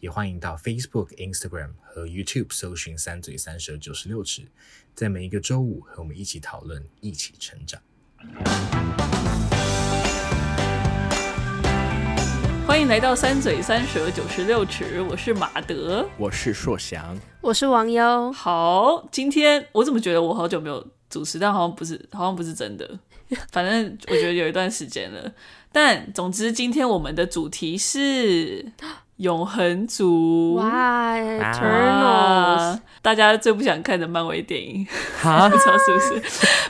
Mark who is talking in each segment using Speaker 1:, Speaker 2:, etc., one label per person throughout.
Speaker 1: 也欢迎到 Facebook、Instagram 和 YouTube 搜寻“三嘴三舌九十六尺”，在每一个周五和我们一起讨论，一起成长。
Speaker 2: 欢迎来到三嘴三舌九十六尺，我是马德。
Speaker 3: 我是硕翔，
Speaker 4: 我是王优，
Speaker 2: 好，今天我怎么觉得我好久没有主持，但好像不是，好像不是真的。反正我觉得有一段时间了，但总之今天我们的主题是永恒族。
Speaker 4: 哇
Speaker 2: 啊
Speaker 4: ，Eternals，！
Speaker 2: 大家最不想看的漫威电影，
Speaker 3: 哈
Speaker 2: 不，知道是不是？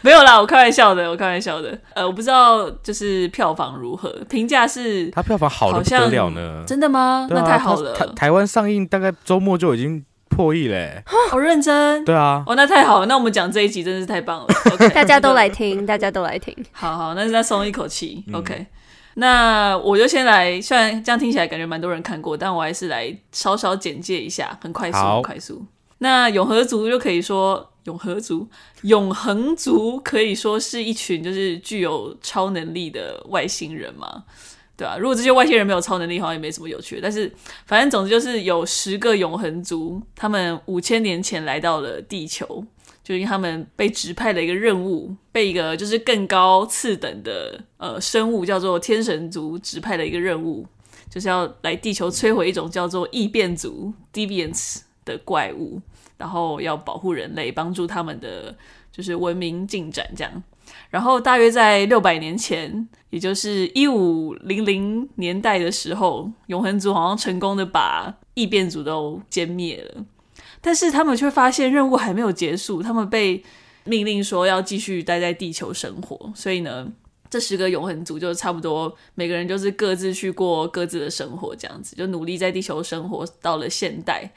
Speaker 2: 没有啦，我开玩笑的，我开玩笑的。呃，我不知道就是票房如何，评价是
Speaker 3: 他票房好的
Speaker 2: 好
Speaker 3: 不得
Speaker 2: 像
Speaker 3: 了呢，
Speaker 2: 嗯真的吗？
Speaker 3: 对啊
Speaker 2: 那太好
Speaker 3: 它
Speaker 2: 了，
Speaker 3: 台台湾上映大概周末就已经破亿嘞，
Speaker 2: 好认真。
Speaker 3: 对啊，
Speaker 2: 哦，那太好了，那我们讲这一集真是太 棒了，OK，
Speaker 4: 大家都来 听，大家都来听。
Speaker 2: 好好，那再松一口气、o k 那我就先来，虽然这样听起来感觉蛮多人看过，但我还是来稍稍简介一下，很快速，
Speaker 3: 好
Speaker 2: 很快速。那永和族就可以说，永和族、永恒族可以说是一群就是具有超能力的外星人嘛，对啊吧、如果这些外星人没有超能力，好像也没什么有趣的。但是反正总之就是有十个永恒族，他们五千年前来到了地球，就因为他们被指派了一个任务，被一个就是更高次等的呃生物叫做天神族指派了一个任务，就是要来地球摧毁一种叫做异变族 （deviants） 的怪物，然后要保护人类，帮助他们的就是文明进展这样。然后大约在六百年前，也就是一五零零年代的时候，永恒族好像成功的把异变族都歼灭了。但是他们却发现任务还没有结束，他们被命令说要继续待在地球生活，所以呢，这十个永恒族就差不多每个人就是各自去过各自的生活，这样子就努力在地球生活到了现代。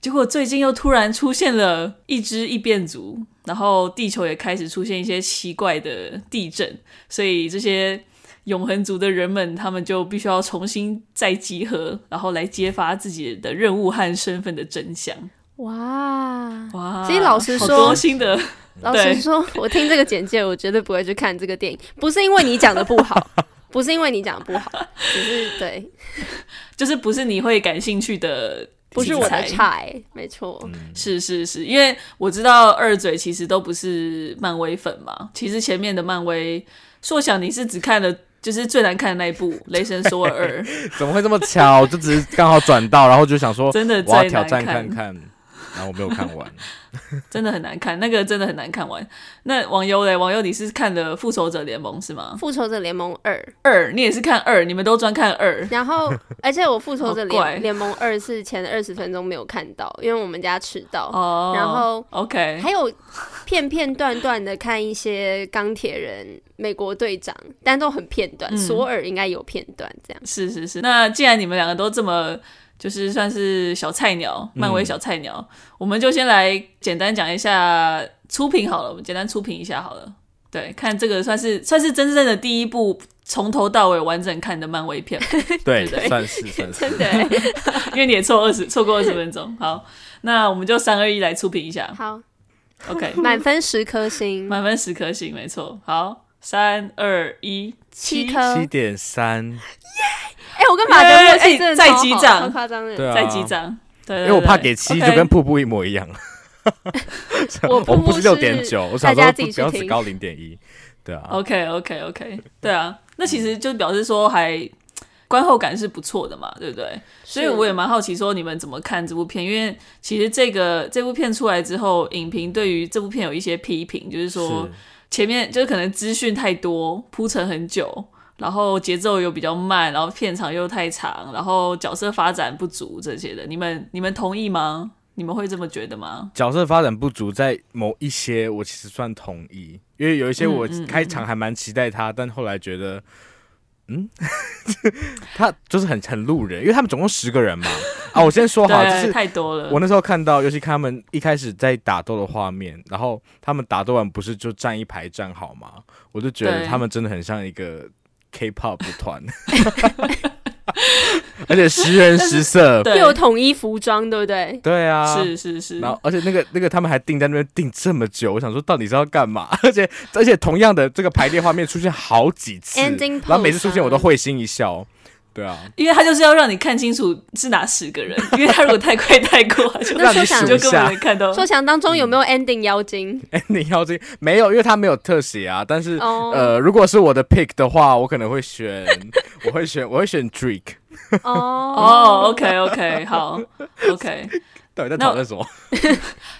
Speaker 2: 结果最近又突然出现了一只异变族，然后地球也开始出现一些奇怪的地震，所以这些永恒族的人们，他们就必须要重新再集合，然后来揭发自己的任务和身份的真相。
Speaker 4: 哇，
Speaker 2: 哇，
Speaker 4: 其实老实
Speaker 2: 好
Speaker 4: 说
Speaker 2: 多新的，
Speaker 4: 老实说，我听这个简介，我绝对不会去看这个电影，不是因为你讲的不 好，不是因为你讲的不好，只是对，
Speaker 2: 就是不是你会感兴趣的题材，
Speaker 4: 不是我的菜，嗯没错。
Speaker 2: 是是是，因为我知道二嘴其实都不是漫威粉嘛，其实前面的漫威，硕想你是只看了。就是最难看的那一 部《雷神索尔二》，
Speaker 3: 怎么会这么巧？就只是刚好转到，然后就想说，
Speaker 2: 真的
Speaker 3: 我要
Speaker 2: 最
Speaker 3: 挑
Speaker 2: 难
Speaker 3: 战
Speaker 2: 看
Speaker 3: 看看，然后我没有看完，
Speaker 2: 真的很难看，那个真的很难看完。那网友嘞，网友你是看了《复仇者联盟》是吗？
Speaker 4: 复仇者联盟二，
Speaker 2: 二，你也是看二，你们都专看二。
Speaker 4: 然 后而且我复仇者
Speaker 2: 好怪
Speaker 4: 联联盟二是前二十分钟没有看到，因为我们家迟到。
Speaker 2: 哦，
Speaker 4: 然后
Speaker 2: OK，
Speaker 4: 还有片片段段的看一些钢铁人、美国队长，但都很片段。
Speaker 2: 嗯
Speaker 4: 索尔应该有片段这样。
Speaker 2: 是是是，那既然你们两个都这么就是算是小菜鸟，漫威
Speaker 3: 嗯
Speaker 2: 小菜鸟，我们就先来简单讲一下初评好了，我们简单初评一下好了。对，看这个算是算是真正的第一部从头到尾完整看的漫威 片吧，
Speaker 3: 对，
Speaker 2: 对
Speaker 3: 算是算是，
Speaker 4: 真的欸
Speaker 2: 因为你也错二十错过二十分钟。好，那我们就三二一来初评一下。
Speaker 4: 好，
Speaker 2: OK，
Speaker 4: 满分十颗星，
Speaker 2: 满分十颗星，没错。好，三二一，
Speaker 4: 七颗。
Speaker 3: 七点三，
Speaker 4: 哎、我跟马德默
Speaker 2: 哎
Speaker 4: 契真的
Speaker 2: 再
Speaker 4: 超好
Speaker 2: 击掌
Speaker 4: 超夸张的。
Speaker 3: 对啊，
Speaker 2: 再击，掌。对
Speaker 3: 因为
Speaker 2: 对
Speaker 3: 我怕
Speaker 2: 对
Speaker 3: 给七
Speaker 2: OK
Speaker 3: 就跟瀑布一模一样，
Speaker 4: 我
Speaker 3: 我
Speaker 4: 瀑
Speaker 3: 不
Speaker 4: 布
Speaker 3: 是六点九，我
Speaker 4: 大
Speaker 3: 想
Speaker 4: 家
Speaker 3: 说
Speaker 4: 自己
Speaker 3: 不
Speaker 4: 去
Speaker 3: 要只
Speaker 4: 听。
Speaker 3: 高零点一，对啊，
Speaker 2: OK OK OK，对 啊，那其实就表示说还观后感是不错的嘛，对不对？所以我也蛮好奇说你们怎么看这部片，因为其实这个这部片出来之后，影评对于这部片有一些批评，就是说
Speaker 3: 是
Speaker 2: 前面就是可能资讯太多，铺陈很久，然后节奏又比较慢，然后片长又太长，然后角色发展不足这些的，你们你们同意吗？你们会这么觉得吗？
Speaker 3: 角色发展不足，在某一些我其实算同意，因为有一些
Speaker 2: 嗯
Speaker 3: 我开场还蛮期待他，但后来觉 得，嗯，他就是很很路人，因为他们总共十个人嘛，啊，我先说好，就
Speaker 2: 对，
Speaker 3: 是
Speaker 2: 太多了。
Speaker 3: 我那时候看到，尤其看他们一开始在打斗的画面，然后他们打斗完不是就站一排站好吗？我就觉得
Speaker 2: 对
Speaker 3: 他们真的很像一个 K-pop 团， 而且十人十色。
Speaker 2: 对，
Speaker 4: 又统一服装，对不对？
Speaker 3: 对啊，
Speaker 2: 是是是，
Speaker 3: 然后，而且那个那个他们还定在那边定这么久，我想说到底是要干嘛？ 而且而且同样的这个排列画面出现好几 次
Speaker 4: Ending
Speaker 3: 然后每次
Speaker 4: pose
Speaker 3: 出现我都
Speaker 4: 啊
Speaker 3: 会心一笑。对啊，
Speaker 2: 因为他就是要让你看清楚是哪十个 人，因为他如果太快带过，他就
Speaker 4: 那说
Speaker 2: 你
Speaker 4: 想
Speaker 2: 就根本没看到。
Speaker 4: 说想当中有没有
Speaker 3: 嗯
Speaker 4: ending 妖精？
Speaker 3: 哎，你要这没有，因为他没有特写啊。但是、
Speaker 4: 哦
Speaker 3: 呃，如果是我的 pick 的话，我可能会选， 我会选，我会选 Drake。
Speaker 4: 哦
Speaker 2: 哦、o k OK，好，OK。
Speaker 3: 到底在
Speaker 2: 那
Speaker 3: 讨论什么？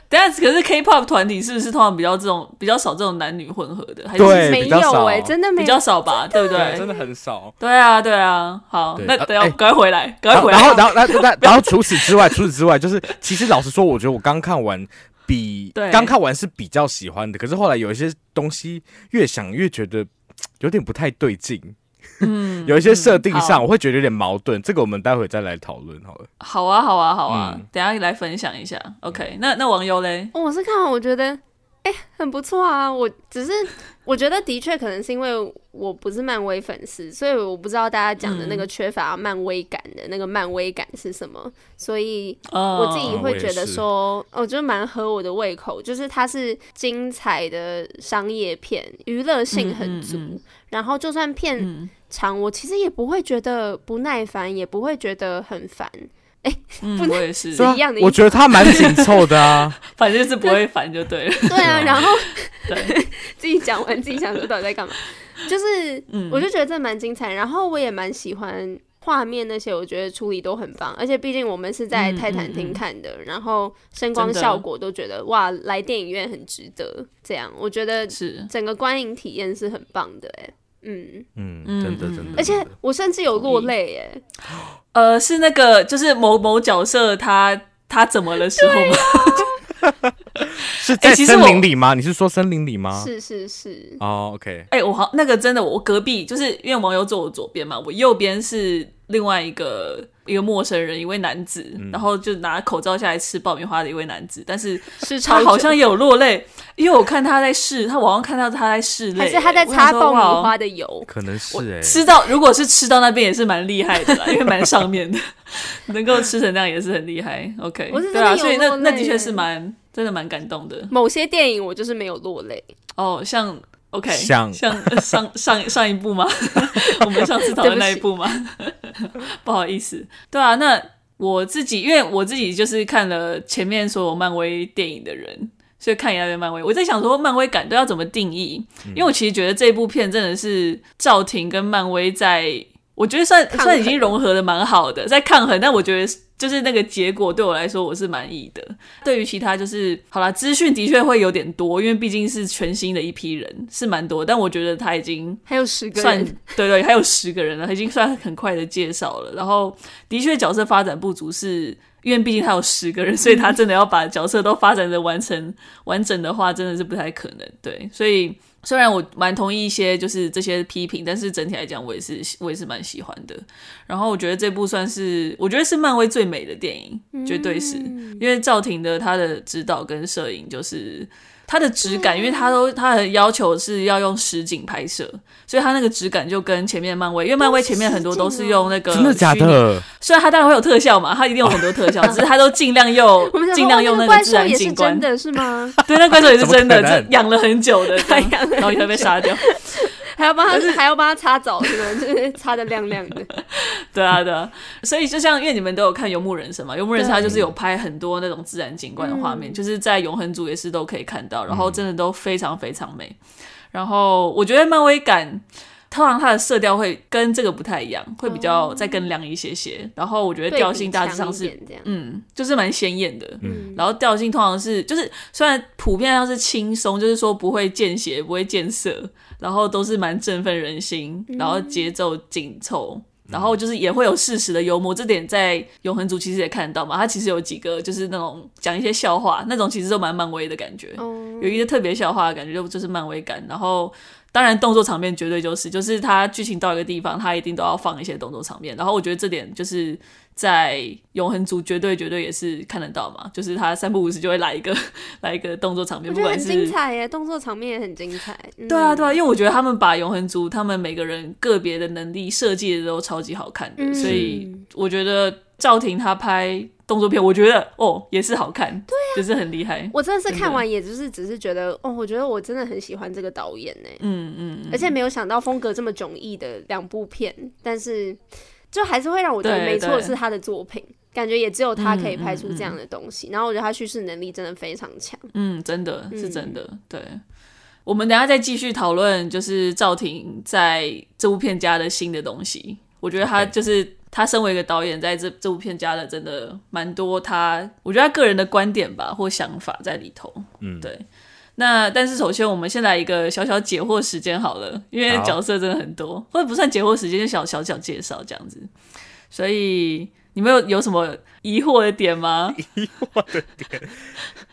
Speaker 2: 等一下，可是 K-pop 团体是不是通常比较这种比较少这种男女混合的？还是
Speaker 3: 对
Speaker 4: 没
Speaker 3: 比较
Speaker 4: 有
Speaker 3: 少
Speaker 4: 哎，真的没
Speaker 2: 比
Speaker 4: 有
Speaker 2: 较少吧，对不对？
Speaker 3: 真的很少。
Speaker 2: 对啊，对啊，好，
Speaker 3: 对
Speaker 2: 那
Speaker 3: 啊
Speaker 2: 等一下
Speaker 3: 哎
Speaker 2: 赶快回来，赶
Speaker 3: 然
Speaker 2: 快
Speaker 3: 后
Speaker 2: 回
Speaker 3: 然
Speaker 2: 来。
Speaker 3: 后然后然后然后然后除此之外，除此之外，就是其实老实说，我觉得我刚看完比
Speaker 2: 对
Speaker 3: 刚看完是比较喜欢的，可是后来有一些东西越想越觉得嘖有点不太对劲。嗯，有一些设定
Speaker 2: 好
Speaker 3: 上我会觉得有点矛盾，这个我们待会再来讨论好了。
Speaker 2: 好啊，好啊，好啊，
Speaker 3: 嗯
Speaker 2: 等一下来分享一下。OK，那那网友嘞？
Speaker 4: 哦我是看完我觉得，哎、很不错啊。我只是 我觉得的确可能是因为我不是漫威粉丝，所以我不知道大家讲的
Speaker 2: 嗯
Speaker 4: 那个缺乏漫威感的那个漫威感是什么，所以
Speaker 2: 哦，
Speaker 4: 我自己会觉得说，
Speaker 2: 啊
Speaker 4: 哦，就蛮合我的胃口，就是它是精彩的商业片，娱乐性很足。
Speaker 2: 嗯嗯嗯嗯
Speaker 4: 然后就算片长，我其实也不会觉得不耐烦，也不会觉得很烦，
Speaker 2: 嗯，
Speaker 4: 不能
Speaker 2: 我也是
Speaker 4: 是，一样的意
Speaker 3: 啊
Speaker 4: 思
Speaker 3: 我觉得他蛮紧凑的啊。
Speaker 2: 反正就是不会烦就对了。
Speaker 4: 对啊，
Speaker 3: 对啊
Speaker 4: 然后
Speaker 2: 对，
Speaker 4: 自己讲完自己想说到底在干嘛，就是
Speaker 2: 嗯，
Speaker 4: 我就觉得这蛮精彩，然后我也蛮喜欢画面那些，我觉得处理都很棒，而且毕竟我们是在
Speaker 2: 嗯
Speaker 4: 泰坦
Speaker 2: 嗯嗯
Speaker 4: 厅看的，然后声光
Speaker 2: 真的
Speaker 4: 效果都觉得哇，来电影院很值得。这样，我觉得
Speaker 2: 是
Speaker 4: 整个观影体验是很棒的、哎，嗯，
Speaker 3: 嗯，
Speaker 2: 嗯
Speaker 3: 真的真
Speaker 2: 嗯
Speaker 3: 的。
Speaker 4: 而且
Speaker 3: 真的
Speaker 4: 我甚至有落泪、哎，
Speaker 2: 呃，是那个就是某某角色他他怎么了时候吗？
Speaker 3: 是在
Speaker 2: 其实
Speaker 3: 森
Speaker 2: 我
Speaker 3: 林里吗？你是说森林里
Speaker 2: 啊
Speaker 3: 吗？
Speaker 4: 是是是，
Speaker 3: 哦，OK，
Speaker 2: 哎、我好那个真的，我隔壁就是因为网友坐我左边嘛，我右边是另外一个一个陌生人，一位男子，
Speaker 4: 嗯
Speaker 2: 然后就拿口罩下来吃爆米花的一位男子，但是
Speaker 4: 是
Speaker 2: 他
Speaker 4: 超
Speaker 2: 好像也有落泪，因为我看他在试，他网上看到他在试泪，
Speaker 4: 还是他在
Speaker 2: 我想
Speaker 4: 擦
Speaker 2: 说
Speaker 4: 爆米。
Speaker 2: 哇哦
Speaker 4: 花的油，
Speaker 3: 可能是哎。
Speaker 2: 吃到如果是吃到那边也是蛮厉害的 啦，因为蛮上面的， 能够吃成那样也是很厉害。OK，
Speaker 4: 我是真
Speaker 2: 对
Speaker 4: 的
Speaker 2: 啊，
Speaker 4: 有
Speaker 2: 所以那
Speaker 4: 落
Speaker 2: 那
Speaker 4: 泪
Speaker 2: 的确
Speaker 4: 耶
Speaker 2: 是蛮真的蛮感动的
Speaker 4: 某些电影我就是没有落泪，
Speaker 2: 哦，像 OK
Speaker 3: 像
Speaker 2: 像上上上一部吗？我们上次讨论那一部吗？ 不好意思，对啊，那我自己因为我自己就是看了前面所有漫威电影的人，所以看一下漫威，我在想说漫威感都要怎么定义？因为我其实觉得这部片真的是赵婷跟漫威在，我觉得算
Speaker 4: 抗衡
Speaker 2: 算已经融合的蛮好的，在抗衡，但我觉得。就是那个结果对我来说我是满意的，对于其他就是好啦，资讯的确会有点多，因为毕竟是全新的一批人，是蛮多，但我觉得他已经
Speaker 4: 还有十个
Speaker 2: 算
Speaker 4: 人，
Speaker 2: 对对，还有十个人了，已经算很快的介绍了。然后的确角色发展不足是。因为毕竟他有十个人，所以他真的要把角色都发展的完成完整的话，真的是不太可能。对，所以虽然我蛮同意一些就是这些批评，但是整体来讲，我也是我也是蛮喜欢的。然后我觉得这部算是我觉得是漫威最美的电影，绝对是
Speaker 4: 嗯
Speaker 2: 因为赵婷的她的指导跟摄影就是它的质
Speaker 4: 嗯
Speaker 2: 感，因为它都它的要求是要用实景拍摄，所以它那个质感就跟前面漫威，因为漫威前面很多都是用那个
Speaker 3: 真的假
Speaker 2: 虚拟？
Speaker 3: 的？
Speaker 2: 虽然它当然会有特效嘛，它一定有很多特效，只是 它都尽量用
Speaker 4: 我们想说
Speaker 2: 尽量
Speaker 4: 哦
Speaker 2: 用
Speaker 4: 那
Speaker 2: 那
Speaker 4: 个怪
Speaker 2: 自
Speaker 4: 兽
Speaker 2: 然
Speaker 4: 也是
Speaker 2: 景观
Speaker 4: 真，的 是吗？
Speaker 2: 对，那怪兽也是真的，
Speaker 3: 怎么可
Speaker 2: 这
Speaker 3: 能
Speaker 2: 养了很久的，这样
Speaker 4: 养了很久
Speaker 2: 然后也会被杀掉。
Speaker 4: 还要帮他还要帮他擦澡，是吗？就是擦的亮亮 的。
Speaker 2: 对啊，对啊，所以就像因为你们都有看《游牧人生》嘛，《游牧人生》它
Speaker 4: 对
Speaker 2: 就是有拍很多那种自然景观的画面，
Speaker 4: 嗯
Speaker 2: 就是在永恒族也是都可以看到，然后真的都非常非常美。然后我觉得漫威感，通常它的色调会跟这个不太一样，会比较再更亮一些些。然后我觉得
Speaker 4: 哦 对
Speaker 2: 调
Speaker 4: 比
Speaker 2: 性大致上
Speaker 4: 强一
Speaker 2: 是，
Speaker 4: 点这样。
Speaker 2: 嗯，就是蛮鲜艳的。
Speaker 4: 嗯，
Speaker 2: 然后调性通常是就是虽然普遍上是轻松，就是说不会见血、不会见色，然后都是蛮振奋人心，
Speaker 4: 嗯
Speaker 2: 然后节奏紧凑。然后就是也会有适时的幽默，这点在《永恒族》其实也看得到嘛。它其实有几个就是那种讲一些笑话，那种其实都蛮漫威的感觉。
Speaker 4: 哦
Speaker 2: 有一些特别笑话的感觉，就就是漫威感。然后当然，动作场面绝对就是，就是它剧情到一个地方，它一定都要放一些动作场面。然后我觉得这点就是在《永恒族》绝对绝对也是看得到嘛，就是它三不五时就会来一个 来一个动作场面，
Speaker 4: 我
Speaker 2: 不
Speaker 4: 觉得
Speaker 2: 管
Speaker 4: 很
Speaker 2: 是
Speaker 4: 精彩耶，动作场面也很精彩。嗯、
Speaker 2: 对啊，对啊，因为我觉得他们把永恒族他们每个人个别的能力设计的都超级好看的，
Speaker 4: 嗯
Speaker 2: 所以我觉得赵婷她拍动作片，我觉得哦也是好看，对、
Speaker 4: 啊
Speaker 2: 就是很厉害。
Speaker 4: 我真的是
Speaker 2: 真
Speaker 4: 看
Speaker 2: 的
Speaker 4: 完，也就是只是觉得，哦，我觉得我真的很喜欢这个导演呢，
Speaker 2: 嗯嗯，
Speaker 4: 而且没有想到风格这么迥异的两部片，但是就还是会让我觉得
Speaker 2: 对
Speaker 4: 没错
Speaker 2: 对
Speaker 4: 是他的作品，感觉也只有他可以拍出
Speaker 2: 嗯嗯嗯
Speaker 4: 这样的东西。然后我觉得他叙事能力真的非常强。
Speaker 2: 嗯，真的是真的，对。我们等一下再继续讨论，就是赵婷在这部片加的新的东西。我觉得他
Speaker 1: OK
Speaker 2: 就是他身为一个导演，在这这部片加了真的蛮多他，我觉得他个人的观点吧或想法在里头。
Speaker 3: 嗯
Speaker 2: 对。那但是首先我们先来一个小小解惑时间好了，因为
Speaker 3: 好
Speaker 2: 角色真的很多，或者不算解惑时间，就小小小介绍这样子。所以你们有有什么疑惑的点吗？疑惑的点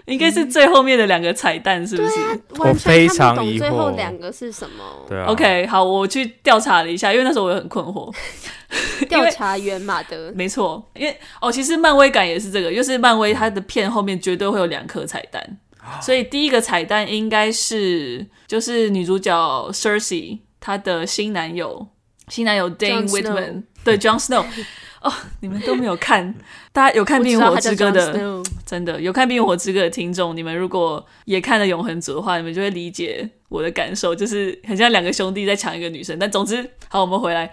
Speaker 2: 应该是最后面的两个彩蛋，是不是？
Speaker 4: 完全
Speaker 3: 非
Speaker 4: 看
Speaker 3: 常
Speaker 4: 不懂
Speaker 3: 疑
Speaker 4: 最后
Speaker 3: 惑
Speaker 4: 两个是什 么？
Speaker 3: 对啊
Speaker 2: OK，好，我去调查了一下，因为那时候我也很困 惑。
Speaker 4: 调查员马德，
Speaker 2: 没错，因为哦，其实漫威感也是这个，就是漫威它的片后面绝对会有两颗彩蛋，所以第一个彩蛋应该是就是女主角 Cersei 她的新男友，新男友 Dane
Speaker 4: Jon
Speaker 2: Whitman，
Speaker 4: Snow
Speaker 2: 对 Jon Snow。哦，你们都没有 看，大家有看《
Speaker 4: 我
Speaker 2: 冰
Speaker 4: 知
Speaker 2: 与
Speaker 4: 道
Speaker 2: 火
Speaker 4: 他叫
Speaker 2: 之歌》的
Speaker 4: Jon Snow
Speaker 2: 真的有看《冰与火之歌》的听众，你们如果也看了《永恒族》的话，你们就会理解我的感受，就是很像两个兄弟在抢一个女生。但总之，好，我们回 来。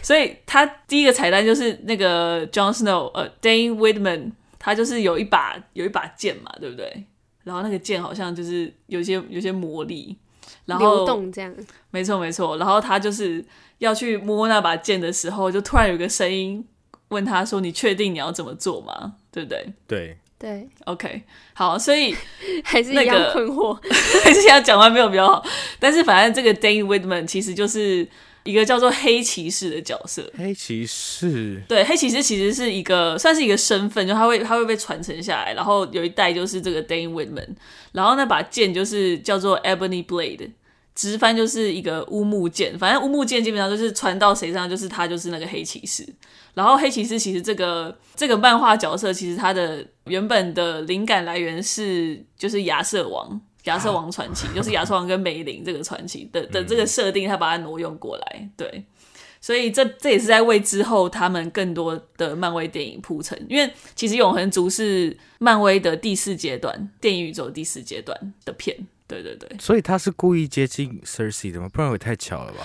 Speaker 2: 所以他第一个彩蛋就是那个 Jon Snow，呃，Dane Whitman，他就是有一把有一把剑嘛，对不对？然后那个剑好像就是有些有些魔力，然后
Speaker 4: 流动这样，
Speaker 2: 没错没错，然后他就是要去摸那把剑的时候，就突然有个声音问他说：“你确定你要怎么做吗？”对不对
Speaker 3: 对，
Speaker 4: 对，
Speaker 2: ？OK，好，所以
Speaker 4: 还是一
Speaker 2: 那个
Speaker 4: 样困惑。
Speaker 2: 还是要讲完没有比较好。但是反正这个 Dane Whitman 其实就是一个叫做黑骑士的角色。
Speaker 3: 黑骑士
Speaker 2: 对，黑骑士其实是一个算是一个身份，就他会他会被传承下来。然后有一代就是这个 Dane Whitman，然后那把剑就是叫做 Ebony Blade，直翻就是一个乌木剑。反正乌木剑基本上就是传到谁身上，就是他就是那个黑骑士。然后黑骑士其实这个这个漫画角色，其实他的原本的灵感来源是就是亚瑟王。亚瑟王传奇就是亚瑟王跟梅林这个传奇的的这个设定，他把它挪用过来，对，所以这这也是在为之后他们更多的漫威电影铺陈，因为其实《永恒族》是漫威的第四阶段电影宇宙第四阶段的片。对对对，
Speaker 3: 所以他是故意接近 Cersei 的吗？不然也太巧了吧？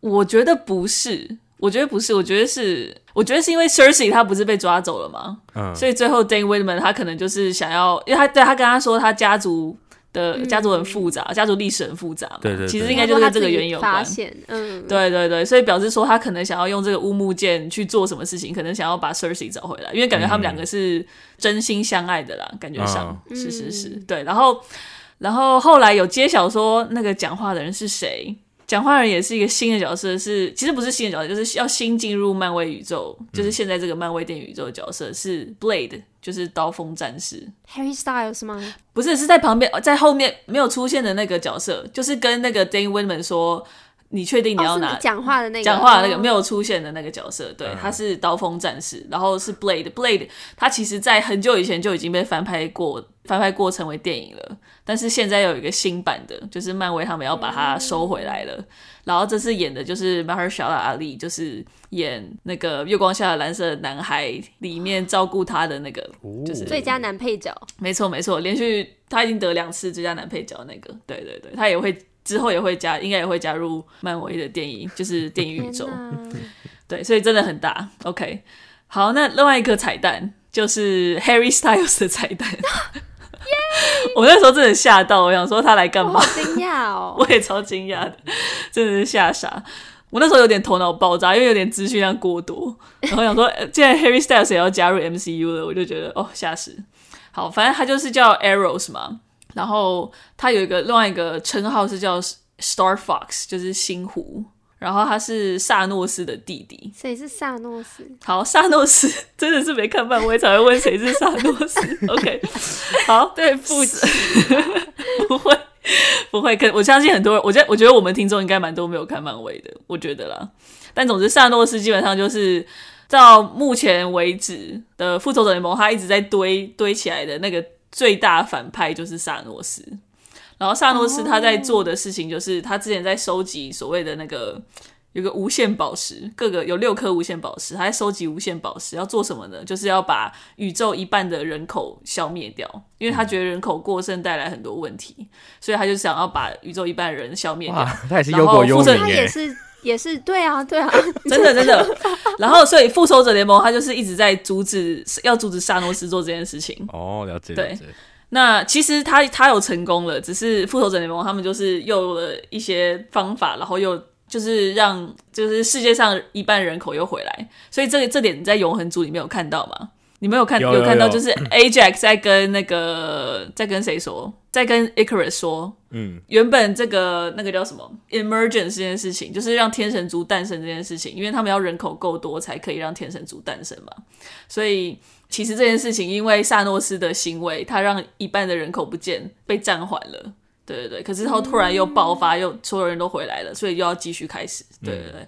Speaker 2: 我觉得不是，我觉得不是，我觉得是，我觉得是因为 Cersei 他不是被抓走了吗？
Speaker 3: 嗯，
Speaker 2: 所以最后 Dane Whitman 他可能就是想要，因为他对他跟他说他家族的、
Speaker 4: 嗯
Speaker 2: 家族很复杂，家族历史很复杂嘛，
Speaker 3: 对对对
Speaker 2: 其 实应该就是这
Speaker 4: 他说他
Speaker 2: 个
Speaker 4: 自己
Speaker 2: 原因有
Speaker 4: 发
Speaker 2: 关。
Speaker 4: 现，嗯，
Speaker 2: 对对对，所以表示说他可能想要用这个乌木剑去做什么事情，可能想要把 Cersei 找回来，因为感觉他们两个是真心相爱的啦，感觉上、是是是，
Speaker 4: 嗯
Speaker 2: 对。然后然后后来有揭晓说那个讲话的人是谁，讲话人也是一个新的角色是，其实不是新的角色，就是要新进入漫威宇宙，就是现在这个漫威电影宇宙的角色是 Blade，就是刀锋战士。
Speaker 4: Harry Styles 吗？
Speaker 2: 不是，是在旁边，哦在后面没有出现的那个角色，就是跟那个 Dane Whitman 说，你确定你要
Speaker 4: 哦，是
Speaker 2: 拿
Speaker 4: 你讲话的那个，
Speaker 2: 讲话的那个
Speaker 4: 哦
Speaker 2: 没有出现的那个角色，对，他是刀锋战士，然后是 Blade。Blade 他其实在很久以前就已经被翻拍过，翻拍过成为电影了，但是现在有一个新版的，就是漫威他们要把它收回来了。然后这次演的就是 Mahershala Ali，就是演那个《月光下的蓝色男孩》里面照顾他的那个，就是
Speaker 4: 哦最佳男配角，
Speaker 2: 没错没错，连续他已经得两次最佳男配角那个，对对对，他也会之后也会加，应该也会加入漫威的电影，就是电影嗯宇宙，
Speaker 4: 天哪
Speaker 2: 对，所以真的很大。OK，好，那另外一个彩蛋就是 Harry Styles 的彩蛋， 我那时候真的吓到，我想说他来干
Speaker 4: 我
Speaker 2: 嘛
Speaker 4: 好？惊讶 哦
Speaker 2: 我！也超惊讶的，真的是吓傻。我那时候有点头脑爆炸，因为有点资讯量过多，然后想说，呃既然 Harry Styles 也要加入 MCU 了，我就觉得哦，吓死。好，反正他就是叫 Arrows 嘛，然后他有一个另外一个称号是叫 Star Fox，就是星狐，然后他是萨诺斯的弟弟，
Speaker 4: 谁是萨诺斯？
Speaker 2: 好，萨诺斯真的是没看漫威才会问谁是萨诺斯。OK，好，对不起，不会。不会，可我相信很多人，我觉得我觉得我们听众应该蛮多没有看漫威的，我觉得啦。但总之，萨诺斯基本上就是到目前为止的复仇者联盟，他一直在堆堆起来的那个最大反派就是萨诺斯。然后萨诺斯他在做的事情就是，他之前在收集所谓的那个有个无限宝石，各个有六颗无限宝石，他在收集无限宝石要做什么呢？就是要把宇宙一半的人口消灭掉，因为他觉得人口过剩带来很多问题，所以他就想要把宇宙一半的人消灭
Speaker 3: 哇
Speaker 2: 掉。，
Speaker 3: 他也是忧国忧
Speaker 2: 然后
Speaker 3: 民
Speaker 2: 复
Speaker 4: 他
Speaker 3: 耶
Speaker 4: 也。是也是对啊对啊，
Speaker 2: 真的真的。然后，所以复仇者联盟他就是一直在阻止，要阻止萨诺斯做这件事情。
Speaker 3: 哦，了解
Speaker 2: 对
Speaker 3: 了解。
Speaker 2: 那其实他他有成功了，只是复仇者联盟他们就是又有了一些方法，然后又就是让就是世界上一半人口又回来，所以这这点你在永恒族里面有看到吗？你们有看
Speaker 3: 有有
Speaker 2: 看到
Speaker 3: 有
Speaker 2: 就是 Ajax 在跟那个在跟谁说，在跟 Icarus 说，
Speaker 3: 嗯，
Speaker 2: 原本这个那个叫什么 emergence 这件事情，就是让天神族诞生这件事情，因为他们要人口够多才可以让天神族诞生嘛。所以其实这件事情，因为萨诺斯的行为，他让一半的人口不见，被暂缓了。对对对，可是他突然又爆发，又所有人都回来了，所以又要继续开始。对对对，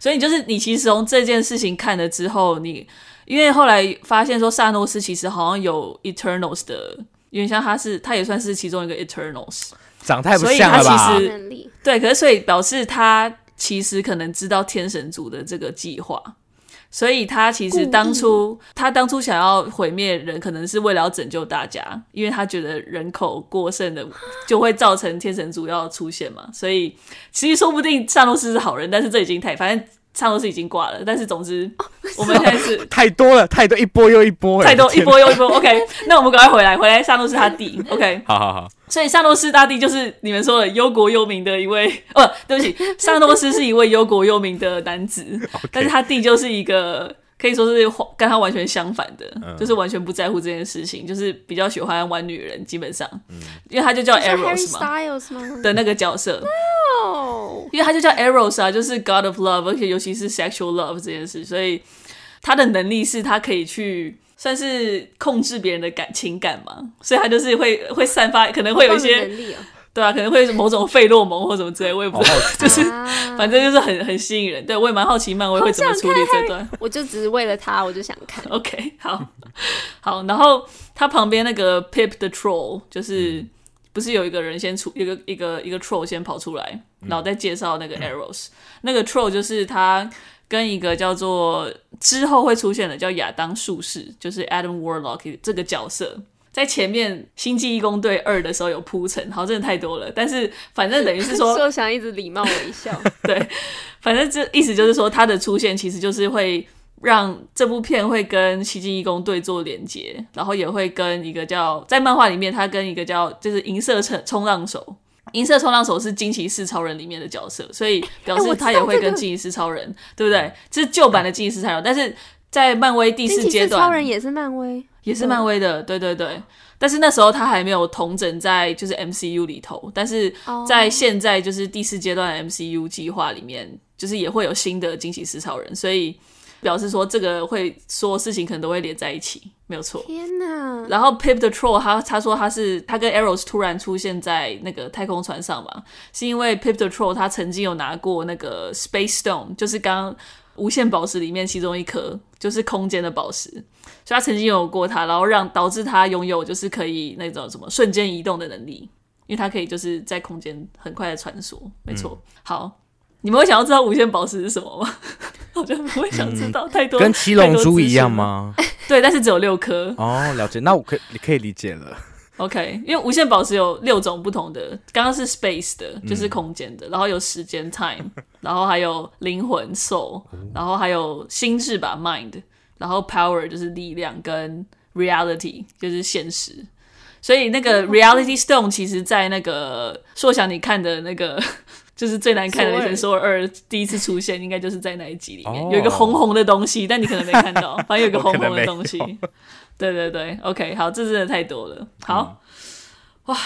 Speaker 2: 所以就是你其实从这件事情看了之后，你因为后来发现说萨诺斯其实好像有 Eternals 的，因为像他是他也算是其中一个 Eternals。
Speaker 3: 长太不
Speaker 2: 所以
Speaker 3: 像
Speaker 2: 他
Speaker 3: 了
Speaker 2: 其
Speaker 3: 吧？
Speaker 2: 实
Speaker 4: 能力
Speaker 2: 对，可是所以表示他其实可能知道天神族的这个计划，所以他其实当初他当初想要毁灭人，可能是为了要拯救大家，因为他觉得人口过剩的就会造成天神族要出现嘛，所以其实说不定萨诺斯是好人，但是这已经太反正萨诺斯已经挂了，但是总之我们现在是
Speaker 3: 太多了，太多，一波又一波，哎
Speaker 2: 太多
Speaker 3: 我的
Speaker 2: 一。
Speaker 3: 天
Speaker 2: 波又一波，OK，那我们赶快回来，回来萨诺斯他弟，OK。
Speaker 3: 好好好，
Speaker 2: 所以萨诺斯大帝就是你们说的忧国忧民的一位， 呃，对不起，萨诺斯是一位忧国忧民的男子但是他弟就是一个可以说是跟他完全相反的，就是完全不在乎这件事情，就是比较喜欢玩女人，基本上，因为他就叫
Speaker 4: 是 Harry
Speaker 2: Eros 嘛
Speaker 4: Styles 吗？
Speaker 2: 的那个角色，
Speaker 4: 哦，
Speaker 2: 因为他就叫 Eros 啊，就是 God of Love，而且尤其是 sexual love 这件事，所以他的能力是他可以去算是控制别人的感情感嘛，所以他就是会会散发，可 能会有一
Speaker 4: 这样的
Speaker 2: 些。
Speaker 4: 能力哦，
Speaker 2: 对啊，可能会是某种费洛蒙或什么之类，我也不知道， 就是
Speaker 4: 啊
Speaker 2: 反正就是很很吸引人。对我也蛮好奇漫威会怎么处理这段。
Speaker 4: 我就只是为了他，我就想看
Speaker 2: OK，好，好，然后他旁边那个 Pip 的 Troll 就是。
Speaker 4: 嗯
Speaker 2: 不是有一个人先出一个一个一个 troll 先跑出来，
Speaker 4: 嗯
Speaker 2: 然后再介绍那个 arrows、那个 troll 就是他跟一个叫做之后会出现的叫亚当术士，就是 Adam Warlock 这个角色，在前面《星际义工队二》的时候有铺陈，好，真的太多了。但是反正等于是 说，
Speaker 4: 说想一直礼貌微笑，
Speaker 2: 对，反正这意思就是说，它的出现其实就是会让这部片会跟《奇迹义工队》做连接，然后也会跟一个叫在漫画里面，它跟一个叫就是银色冲冲浪
Speaker 4: 哎
Speaker 2: 手。银色冲浪手是惊奇四超人里面的角色，所以表
Speaker 4: 哎我
Speaker 2: 示
Speaker 4: 知道
Speaker 2: 他也会
Speaker 4: 这
Speaker 2: 跟
Speaker 4: 个
Speaker 2: 惊奇四超人，对不对？这是旧版的惊奇四超人，但是在漫威 第
Speaker 4: 惊
Speaker 2: 四
Speaker 4: 奇
Speaker 2: 阶
Speaker 4: 四
Speaker 2: 段，
Speaker 4: 超人也是漫威，
Speaker 2: 也是漫威的，对对对。但是那时候他还没有同整在就是 MCU 里头，但是在现在就是第四阶段的 MCU 计划里面，就是也会有新的惊喜四超人，所以表示说这个会说事情可能都会连在一起，没有错。
Speaker 4: 天哪！
Speaker 2: 然后 Pip the Troll 他他说他是他跟 Arrows 突然出现在那个太空船上嘛，是因为 Pip the Troll 他曾经有拿过那个 Space Stone，就是刚刚无限宝石里面其中一颗，就是空间的宝石，所以他曾经有过它，然后让导致他拥有就是可以那种什么瞬间移动的能力，因为他可以就是在空间很快的穿梭，没错。
Speaker 3: 嗯
Speaker 2: 好，你们会想要知道无限宝石是什么吗？ 好像不会想知道太多，
Speaker 3: 嗯跟七龙珠一样？吗？
Speaker 2: 对，但是只有六颗。
Speaker 3: 哦，了解。那我可你可以理解 了。
Speaker 2: OK，因为无限宝石有六种不同的，刚刚是 space 的，就是空间的，然后有时间 time，然后还有灵魂 soul，然后还有心智吧 mind，然后 power 就是力量跟 reality 就是现实。所以那个 reality stone 其实，在那个硕想你看的那个， 就是最难看的那些
Speaker 4: 索
Speaker 2: 索尔二第一次出现，应该就是在那一集里面、
Speaker 3: 哦
Speaker 2: 有一个红红的东西，但你可能没看到，反正有一个红红的东西
Speaker 3: 我可能。
Speaker 2: 对对对，OK，好，这真的太多了。
Speaker 3: 嗯
Speaker 2: 好，哇，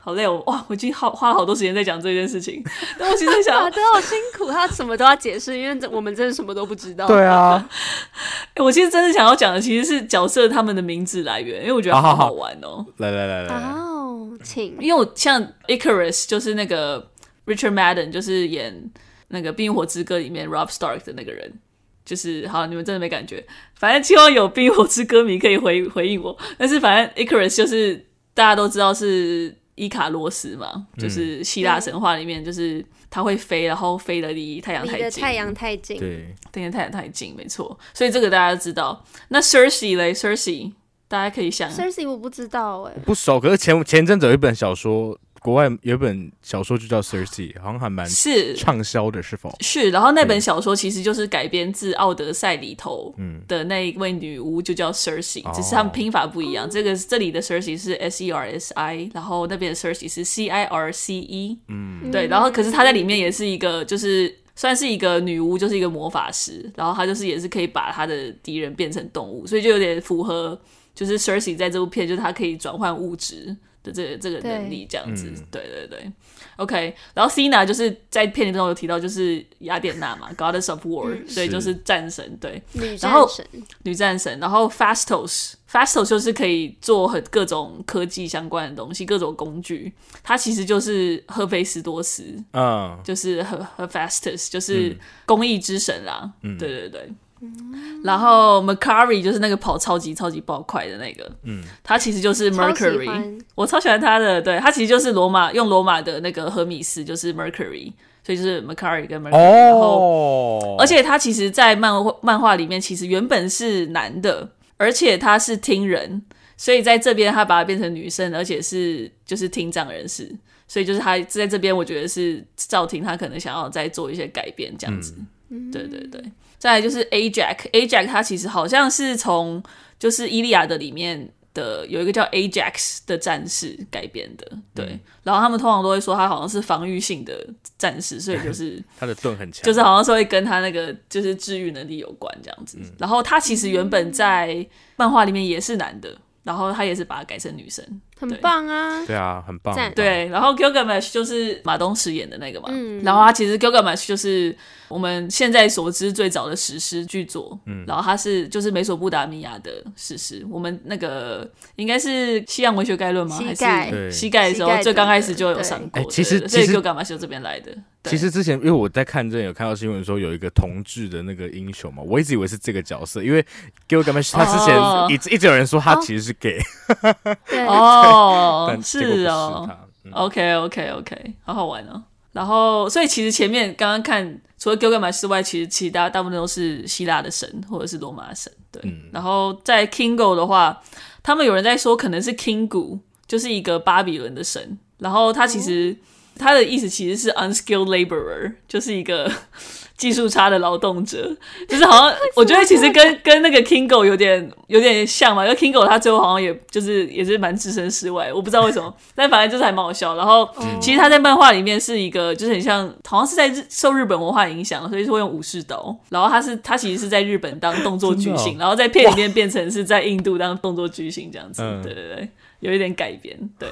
Speaker 2: 好累哦，哇，我已经耗花了好多时间在讲这件事情，但我 其实想
Speaker 4: 啊，，真的好辛苦，他什么都要解释，因为这我们真的什么都不知道。
Speaker 3: 对啊，
Speaker 2: 欸我其实真的想要讲的其实是角色他们的名字来源，因为我觉得
Speaker 3: 好好
Speaker 2: 好
Speaker 3: 好
Speaker 2: 好玩哦。
Speaker 3: 来来来来来，
Speaker 4: 哦，哦，请
Speaker 2: 因为我像 Icarus 就是那个 Richard Madden，就是演那个《冰与火之歌》里面 Rob Stark 的那个人。就是好，你们真的没感觉。反正希望有《冰与火之歌》迷可以回回应我。但是反正 Icarus 就是大家都知道是伊卡洛斯嘛，就是希腊神话里面就是他会飞，然后飞得离太阳
Speaker 4: 离
Speaker 2: 太
Speaker 4: 得
Speaker 2: 近，
Speaker 4: 太阳太近，
Speaker 3: 对，
Speaker 2: 对离太阳太近，没错。所以这个大家都知道。那 Cersei 嘞，Cersei 大家可以想
Speaker 4: c e r s e i 我不知道哎、
Speaker 3: 不熟。可是前前阵子有一本小说，国外有一本小说就叫《Cersei》，好像还蛮
Speaker 2: 是
Speaker 3: 畅销的，是否？
Speaker 2: 是，然后那本
Speaker 3: 对
Speaker 2: 小说其实就是改编自《奥德赛》里头
Speaker 3: 嗯
Speaker 2: 的那一位女巫，就叫 Cersei，、
Speaker 3: 哦
Speaker 2: 只是他们拼法不一样。这个这里的 Cersei 是 S E R S I，然后那边的 Cersei 是 C I R C E。
Speaker 3: 嗯，
Speaker 2: 对，然后可是她在里面也是一个，就是算是一个女巫，就是一个魔法师，然后她就是也是可以把她的敌人变成动物，所以就有点符合就是 Cersei 在这部片就是她可以转换物质的这个这个能力这样子。对对对，OK。然后 Cena 就是在片里中有提到，就是雅典娜嘛，Goddess of War，、所以
Speaker 3: 是
Speaker 2: 就是战神。对，
Speaker 4: 嗯女
Speaker 2: 然后
Speaker 4: 战神，
Speaker 2: 女战神，然后 Fastos，Fastos 就是可以做很各种科技相关的东西，各种工具。它其实就是赫菲斯多斯，
Speaker 3: 嗯，
Speaker 2: 就是和和 Festus，就是公益之神啦。对对对。然后 Macari 就是那个跑超级超级爆快的那个，嗯，他其实就是
Speaker 4: 超喜
Speaker 2: Mercury，
Speaker 4: 欢
Speaker 2: 我超喜欢他的，对他其实就是罗马用罗马的那个荷米斯，就是 Mercury，所以就是 Macari 跟 Mercury，、然后
Speaker 3: 哦，
Speaker 2: 而且他其实，在漫画漫画里面，其实原本是男的，而且他是听人，所以在这边他把他变成女生，而且是就是听障人士，所以就是他在这边，我觉得是赵婷他可能想要再做一些改变这样子。对对对，再来就是 Ajax，Ajax 他其实好像是从就是《伊利亚的》里面的有一个叫 Ajax 的战士改编的，对。然后他们通常都会说他好像是防御性的战士，所以就是。
Speaker 3: 他的盾很强，
Speaker 2: 就是好像是会跟他那个就是治愈能力有关这样子。
Speaker 3: 嗯
Speaker 2: 然后他其实原本在漫画里面也是男的，然后他也是把他改成女生。
Speaker 4: 很棒啊！
Speaker 3: 对啊，很棒，
Speaker 4: 赞
Speaker 3: 很棒，
Speaker 2: 对，然后 Gilgamesh 就是马东石演的那个嘛，
Speaker 4: 嗯
Speaker 2: 然后他其实 Gilgamesh 就是我们现在所知最早的史诗巨作，嗯，然后他是就是美索不达米亚的史诗，我们那个应该是西洋文学概论吗？
Speaker 4: 膝
Speaker 2: 还
Speaker 4: 盖
Speaker 2: 是
Speaker 3: 对
Speaker 2: 膝盖的时候
Speaker 4: 膝盖
Speaker 2: 最刚开始
Speaker 4: 的
Speaker 2: 就有
Speaker 4: 对
Speaker 2: 上过
Speaker 3: 哎
Speaker 2: 的，
Speaker 3: 其实
Speaker 2: 对所以
Speaker 3: 其实
Speaker 2: Gilgamesh 就这边来的。对
Speaker 3: 其实之前因为我在看这有看到新闻说有一个同志的那个英雄嘛，我一直以为是这个角色，因为 Gilgamesh 他之前
Speaker 2: 哦
Speaker 3: 一直、一直有人说他其实是 gay，、
Speaker 4: 对，
Speaker 2: 哦
Speaker 3: 但，结果不
Speaker 2: 是
Speaker 3: 是
Speaker 2: 哦，
Speaker 3: 他。嗯
Speaker 2: OK OK OK，好好玩哦。然后，所以其实前面刚刚看，除了 Gilgamesh 之外，其实其他大部分都是希腊的神或者是罗马的神。对，然后在 Kingo 的话，他们有人在说可能是 Kingu，就是一个巴比伦的神。然后他其实、他的意思其实是 unskilled laborer，就是一个 技术差的劳动者，就是好像我觉得其实跟跟那个 Kingo 有点有点像嘛，因为 Kingo 他最后好像也就是也是蛮置身事外，我不知道为什么，但反正就是还蛮好笑。然后其实他在漫画里面是一个就是很像，好像是在日受日本文化影响，所以是会用武士刀。然后他是他其实是在日本当动作巨
Speaker 3: 真的
Speaker 2: 星，
Speaker 3: 哦
Speaker 2: 然后在片里面变成是在印度当动作巨星这样子。
Speaker 3: 嗯
Speaker 2: 对对对，有一点改编， 对。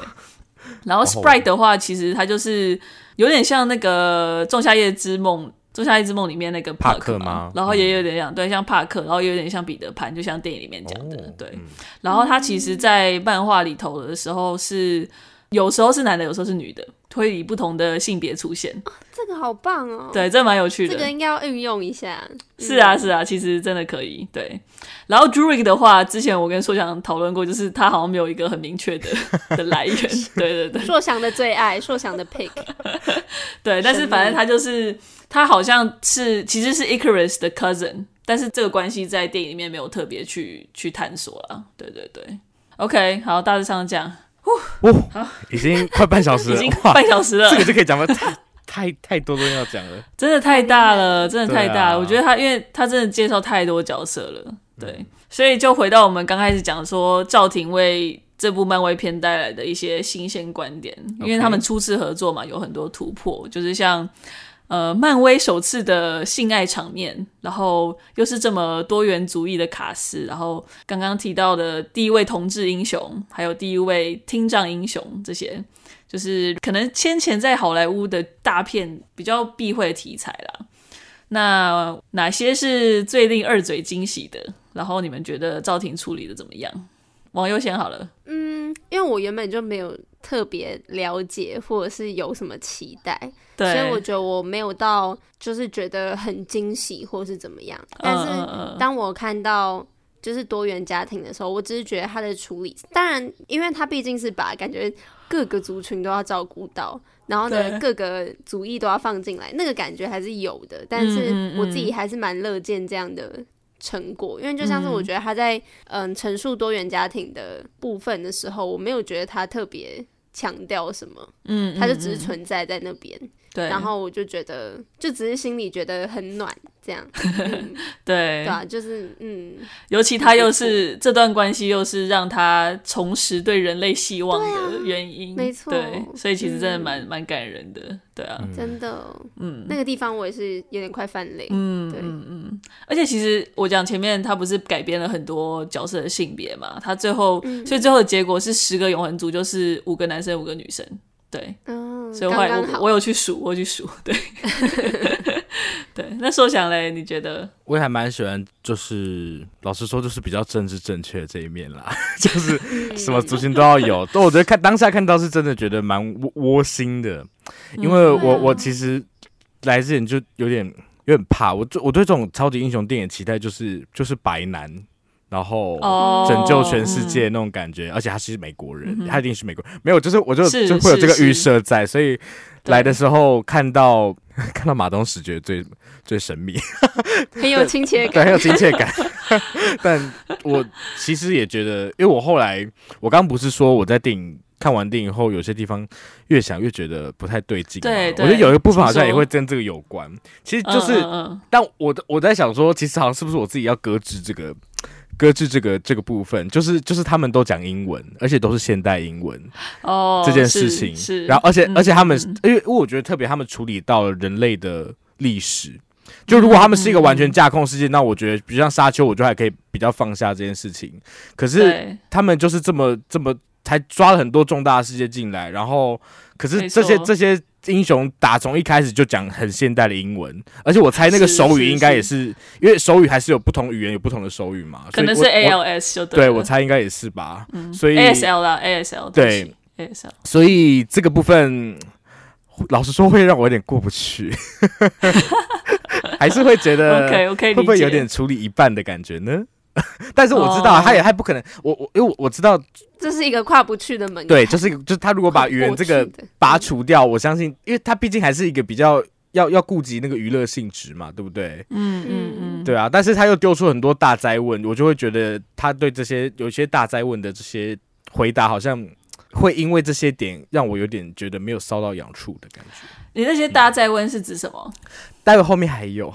Speaker 2: 然后
Speaker 3: 好好玩
Speaker 2: Sprite 的话，其实它就是有点像那个《仲夏夜之梦》。《仲夏夜之梦》里面那个
Speaker 3: 帕
Speaker 2: Puck
Speaker 3: 克
Speaker 2: 嘛
Speaker 3: 吗，嗯
Speaker 2: 然后也有点像，对，像帕克，然后也有点像彼得潘，就像电影里面讲的，
Speaker 3: 哦
Speaker 2: 对。
Speaker 3: 嗯
Speaker 2: 然后他其实，在漫画里头的时候是有时候是男的，有时候是女的，会以不同的性别出现，
Speaker 4: 这个好棒哦！，
Speaker 2: 对，这蛮有趣
Speaker 3: 嗯
Speaker 2: 的。
Speaker 4: 这个应该要运用一下。嗯
Speaker 2: 是啊，是啊，其实真的可以。对，然后 Druig 的话，之前我跟硕翔讨论过，就是他好像没有一个很明确的 的 来源。对对对
Speaker 4: 硕翔的最爱，硕翔的 pick，
Speaker 2: 对，但是反正他就是他好像是其实是 Icarus 的 cousin，但是这个关系在电影里面没有特别去去探索啦。对对对，OK，好，大致上这样，
Speaker 3: 哦，已经快半小时
Speaker 2: 已
Speaker 3: 了
Speaker 2: 经，
Speaker 3: 哇，
Speaker 2: 半小时了
Speaker 3: 这，个就可以讲了，太太 太多东西要讲了。
Speaker 2: 真的太大了，真的太大了。
Speaker 3: 对啊
Speaker 2: 我觉得他，因为他真的介绍太多角色了，对，所以就回到我们刚开始讲说，赵婷为这部漫威片带来的一些新鲜观点，因为
Speaker 3: OK
Speaker 2: 他们初次合作嘛，有很多突破，就是像。呃，漫威首次的性爱场面，然后又是这么多元主义的卡斯，然后刚刚提到的第一位同志英雄，还有第一位听障英雄，这些就是可能先前在好莱坞的大片比较避讳的题材啦。那哪些是最令二嘴惊喜的？然后你们觉得赵婷处理的怎么样？网友先好了，
Speaker 4: 嗯，因为我原本就没有特别了解，或者是有什么期待，
Speaker 2: 对，嗯
Speaker 4: 所以我觉得我没有到就是觉得很惊喜或是怎么样。但
Speaker 2: 嗯
Speaker 4: 是
Speaker 2: 嗯嗯
Speaker 4: 当我看到就是多元家庭的时候，我只是觉得他的处理，当然，因为他毕竟是把感觉各个族群都要照顾到，然后呢
Speaker 2: 对
Speaker 4: 各个族裔都要放进来，那个感觉还是有的。但是
Speaker 2: 嗯嗯
Speaker 4: 我自己还是蛮乐见这样的。成果，因为就像是我觉得他在嗯陈述多元家庭的部分的时候，我没有觉得他特别强调什么，
Speaker 2: 嗯，嗯
Speaker 4: 他就只是
Speaker 2: 嗯
Speaker 4: 存在在那边。
Speaker 2: 对，
Speaker 4: 然后我就觉得，就只是心里觉得很暖，这样，嗯、
Speaker 2: 对
Speaker 4: 对啊，就是嗯，
Speaker 2: 尤其他又是这段关系，又是让他重拾对人类希望的原因，
Speaker 4: 啊没错
Speaker 2: 对，所以其实真的
Speaker 4: 嗯
Speaker 2: 蛮蛮、感人的，对啊，
Speaker 4: 真的，
Speaker 2: 嗯，
Speaker 4: 那个地方我也是有点快泛泪，
Speaker 2: 嗯
Speaker 4: 对
Speaker 2: 嗯嗯，而且其实我讲前面他不是改变了很多角色的性别嘛，他最后、所以最后的结果是十个永恒族就是五个男生五个女生，对，
Speaker 4: 嗯，
Speaker 2: 所以我
Speaker 4: 刚
Speaker 2: 还
Speaker 4: 刚好
Speaker 2: 我我有去数，我有去数， 对，对，那说想嘞，你觉得？
Speaker 3: 我也还蛮喜欢，就是老实说，就是比较政治正确的这一面啦， 就是
Speaker 4: 嗯
Speaker 3: 什么族群都要有。
Speaker 2: 嗯
Speaker 3: 但我觉得看当下看到是真的觉得蛮窝窝心的，因为
Speaker 2: 嗯
Speaker 4: 对
Speaker 3: 我、
Speaker 4: 啊
Speaker 3: 我其实来之前就有点有点怕，我对我对这种超级英雄电影的期待就是就是白男，然后
Speaker 2: 哦，
Speaker 3: 拯救全世
Speaker 2: 嗯
Speaker 3: 界那种感觉，而且他是美国人，他一定是美国人。没有，就是我就是就会有这个
Speaker 2: 是
Speaker 3: 预设在，所以
Speaker 2: 对
Speaker 3: 来的时候看到 看到马东时觉得最最神秘，
Speaker 4: 很有亲切
Speaker 3: 对，
Speaker 4: 感，
Speaker 3: 很有亲切感。 但我其实也觉得，因为我后来我刚不是说我在电影。看完电影后，有些地方越想越觉得不太对劲嘛。
Speaker 2: 对对
Speaker 3: 我觉得有一个部分好
Speaker 2: 请
Speaker 3: 像
Speaker 2: 说
Speaker 3: 也会跟这个有关。其实就是
Speaker 2: 嗯嗯嗯
Speaker 3: 但我的我在想说，其实好像是不是我自己要搁置这个搁置这个这个部分，就是就是他们都讲英文，而且都是现代英文、
Speaker 2: 哦
Speaker 3: 这件事
Speaker 2: 是
Speaker 3: 情。
Speaker 2: 是，
Speaker 3: 然后而且、
Speaker 2: 嗯
Speaker 3: 而且他们
Speaker 2: 嗯，
Speaker 3: 因为因为我觉得特别他们处理到了人类的历史。就如果他们是一个完
Speaker 2: 嗯
Speaker 3: 全架控世界，那我觉得，比如像沙丘，我就还可以比较放下这件事情。可是
Speaker 2: 对
Speaker 3: 他们就是这么这么，才抓了很多重大的事件进来，然后可是
Speaker 2: 没
Speaker 3: 这些
Speaker 2: 错
Speaker 3: 这些英雄打从一开始就讲很现代的英文，而且我猜那个
Speaker 2: 是
Speaker 3: 手语
Speaker 2: 是
Speaker 3: 应该也
Speaker 2: 是
Speaker 3: 是，因为手语还是有不同语言有不同的手语嘛，
Speaker 2: 可能是
Speaker 3: 所以我
Speaker 2: ALS 就
Speaker 3: 我对
Speaker 2: 了
Speaker 3: 我猜应该也是吧，
Speaker 2: 嗯
Speaker 3: 所以
Speaker 2: ASL 啦，ASL
Speaker 3: 对
Speaker 2: 不起 ASL
Speaker 3: 所以这个部分，老实说会让我有点过不去， 还是会觉得
Speaker 2: OK OK
Speaker 3: 呃会不会有点处理一半的感觉呢？ 但是我知
Speaker 2: 哦
Speaker 3: 道，他也他也不可能，我我因为我我知道，
Speaker 4: 这是一个跨不去的门槛，
Speaker 3: 对，就是就是他如果把
Speaker 4: 跨
Speaker 3: 语言
Speaker 4: 哎过
Speaker 3: 这个
Speaker 4: 去的
Speaker 3: 拔除掉，我相信，因为它毕竟还是一个比较要要顾及那个娱乐性质嘛，对不对？
Speaker 2: 嗯嗯嗯，
Speaker 3: 对啊，但是他又丢出很多大灾问，我就会觉得他对这些有一些大灾问的这些回答，好像会因为这些点让我有点觉得没有搔到痒处的感觉。
Speaker 2: 你那些大灾问是指什么？
Speaker 3: 待会后面还有，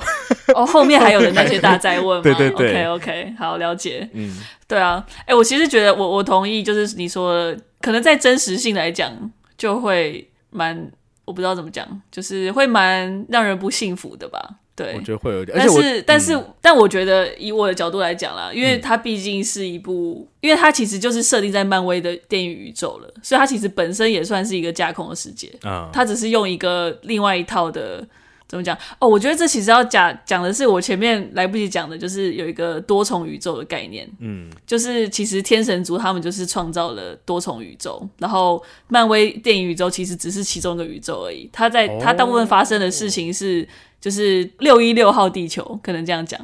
Speaker 2: 哦，后面还有的那些大灾问 吗？
Speaker 3: 对对对
Speaker 2: OK OK，好了解。
Speaker 3: 嗯，
Speaker 2: 对啊，哎、我其实觉得我我同意，就是你说的，可能在真实性来讲，就会蛮我不知道怎么讲，就是会蛮让人不幸福的吧？对，
Speaker 3: 我觉得会有点，而
Speaker 2: 但
Speaker 3: 且我
Speaker 2: 是，但是，
Speaker 3: 嗯
Speaker 2: 但我觉得以我的角度来讲啦，因为它毕竟是一部，因为它其实就是设定在漫威的电影宇宙了，所以它其实本身也算是一个架空的世界。
Speaker 3: 啊，
Speaker 2: 它只是用一个另外一套的怎么讲？哦，我觉得这其实要讲讲的是我前面来不及讲的，就是有一个多重宇宙的概念。
Speaker 3: 嗯，
Speaker 2: 就是其实天神族他们就是创造了多重宇宙，然后漫威电影宇宙其实只是其中一个宇宙而已。它在
Speaker 3: 哦
Speaker 2: 它大部分发生的事情是，就是六一六号地球，可能这样讲。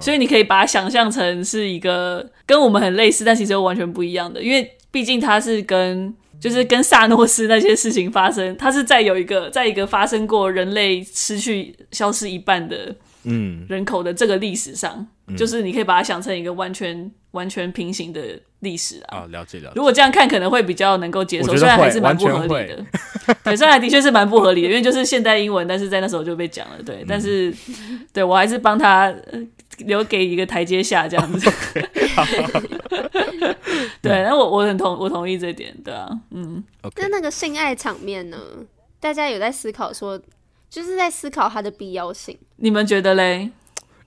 Speaker 2: 所以你可以把它想象成是一个跟我们很类似，但其实又完全不一样的，因为毕竟它是跟。就是跟萨诺斯那些事情发生，它是在有一个在一个发生过人类失去消失一半的
Speaker 3: 嗯，
Speaker 2: 人口的这个历史上，就是你可以把它想成一个完全完全平行的历史啊。
Speaker 3: 啊，了解了解，
Speaker 2: 如果这样看，可能会比较能够接
Speaker 3: 我
Speaker 2: 受，
Speaker 3: 觉得
Speaker 2: 虽然还
Speaker 3: 会
Speaker 2: 是蛮不合
Speaker 3: 完全
Speaker 2: 理的。 对，虽然的确是蛮不合理的，因为就是现代英文，但是在那时候就被讲了。
Speaker 3: 嗯
Speaker 2: 对，但是对我还是帮他呃留给一个台阶下 这样子。 对，那我我很同我同意这一点，对啊，嗯，
Speaker 4: 那
Speaker 3: OK，
Speaker 4: 那个性爱场面呢？大家有在思考说，就是在思考它的必要性。
Speaker 2: 你们觉得嘞？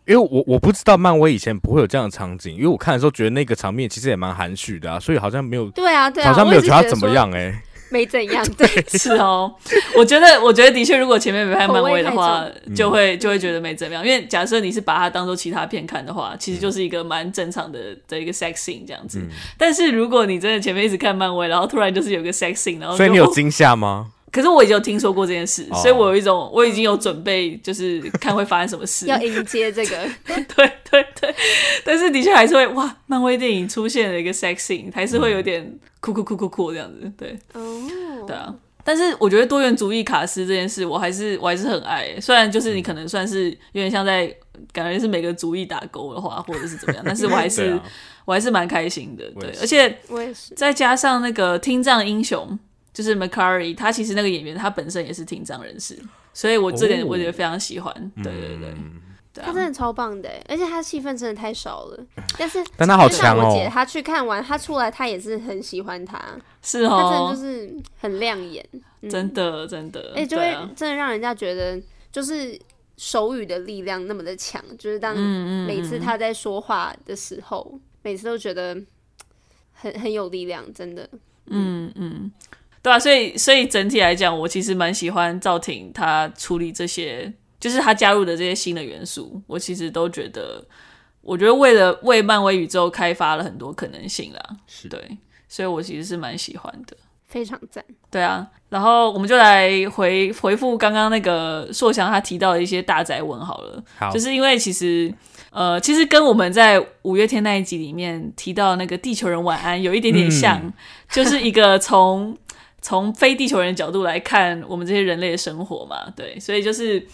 Speaker 3: 因为我我不知道漫威以前不会有这样的场景，因为我看的时候觉得那个场面其实也蛮含蓄的啊，所以好像没有，
Speaker 4: 对啊，对啊，
Speaker 3: 好像没有
Speaker 4: 我一直
Speaker 3: 觉得
Speaker 4: 觉
Speaker 3: 他怎么
Speaker 4: 说
Speaker 3: 样哎，
Speaker 4: 没怎样， 对，
Speaker 2: 是哦，我觉得，我觉得的确，如果前面没拍漫威的话
Speaker 4: 口味，
Speaker 2: 就
Speaker 3: 嗯
Speaker 2: 会就会觉得没怎么样。因为假设你是把它当做其他片看的话，其实就是一个蛮正常的的一个 sex scene 这样
Speaker 3: 嗯
Speaker 2: 子。但是如果你真的前面一直看漫威，然后突然就是有个 sex scene，然后就
Speaker 3: 所以你有
Speaker 2: 哦
Speaker 3: 惊吓吗？
Speaker 2: 可是我已经有听说过这件事，
Speaker 3: 哦
Speaker 2: 所以我有一种我已经有准备，就是看会发生什么事。
Speaker 4: 要迎接这个，
Speaker 2: 对对对，但是的确还是会哇，漫威电影出现了一个 sex scene，还是会有
Speaker 3: 嗯
Speaker 2: 点哭哭哭哭哭这样子。对。
Speaker 4: 哦，
Speaker 2: 对啊，但是我觉得多元主义卡斯这件事，我还是我还是很爱欸、虽然就是你可能算是有点像在感觉是每个主义打勾的话，或者是怎么样，但是我还
Speaker 3: 对
Speaker 2: 是、
Speaker 3: 啊，
Speaker 2: 我还是蛮开心的。
Speaker 3: 我也
Speaker 2: 对，
Speaker 3: 是
Speaker 2: 而且
Speaker 4: 我也是，
Speaker 2: 再加上那个听障英雄，就是 Macari，他其实那个演员他本身也是听障人士，所以我这点
Speaker 3: 哦
Speaker 2: 我觉得非常喜欢。对对对，
Speaker 3: 嗯
Speaker 2: 对
Speaker 4: 他
Speaker 2: 啊。
Speaker 4: 真的超棒的，欸而且他戏份真的太少了，但是
Speaker 3: 但 他好
Speaker 4: 就像
Speaker 3: 强
Speaker 4: 我姐
Speaker 3: 哦，
Speaker 4: 她去看完，她出来她也是很喜欢他，
Speaker 2: 是
Speaker 4: 她真的
Speaker 2: 哦
Speaker 4: 就，是很亮眼，嗯
Speaker 2: 真的真的，
Speaker 4: 哎、就
Speaker 2: 对
Speaker 4: 会
Speaker 2: 啊
Speaker 4: 真的让人家觉得就是手语的力量那么的强，就是
Speaker 2: 嗯
Speaker 4: 当每次他在说话的时候，每次都觉得很很有力量，真的。
Speaker 2: 嗯，嗯，对啊，所以所以整体来讲，我其实蛮喜欢赵婷她处理这些，就是她加入的这些新的元素，我其实都觉得，我觉得为了为漫威宇宙开发了很多可能性啦，
Speaker 3: 是
Speaker 2: 对，所以我其实是蛮喜欢的。
Speaker 4: 非常赞，
Speaker 2: 对啊，然后我们就来回回复刚刚那个硕翔他提到的一些大宅文好了，
Speaker 3: 好
Speaker 2: 就是因为其实呃，其实跟我们在五月天那一集里面提到那个地球人晚安有一点点像，
Speaker 3: 嗯
Speaker 2: 就是一个从 从非地球人的角度来看我们这些人类的生活嘛，对，所以就是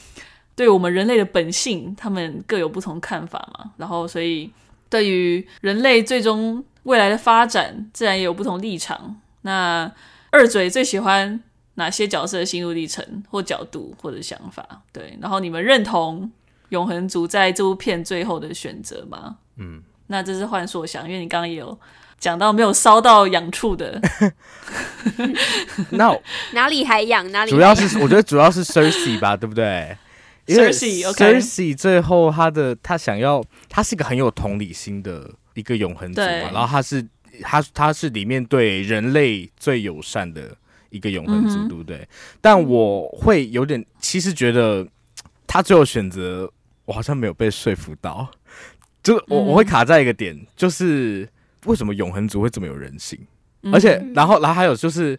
Speaker 2: 对我们人类的本性，他们各有不同看法嘛，然后所以对于人类最终未来的发展，自然也有不同立场。那二嘴最喜欢哪些角色的心路历程或角度或者想法？对，然后你们认同永恒族在这部片最后的选择吗？
Speaker 3: 嗯，
Speaker 2: 那这是幻硕想，因为你刚刚也有讲到没有烧到痒处的，
Speaker 3: 那
Speaker 4: 哪里还痒哪里还
Speaker 3: 主
Speaker 4: 痒
Speaker 3: 要是我觉得主要是 Cersei 吧，对不对
Speaker 2: Cersei，OK
Speaker 3: Cersei 最后他的他想要，他是一个很有同理心的一个永恒族
Speaker 2: 对
Speaker 3: 嘛，然后他是他他是里面对人类最友善的一个永恒族，
Speaker 2: 嗯哼
Speaker 3: 对不对？但我会有点，其实觉得他最后选择，我好像没有被说服到，就是我、
Speaker 2: 嗯
Speaker 3: 我会卡在一个点，就是为什么永恒族会这么有人性？
Speaker 2: 嗯
Speaker 3: 而且，然后，然后还有就是，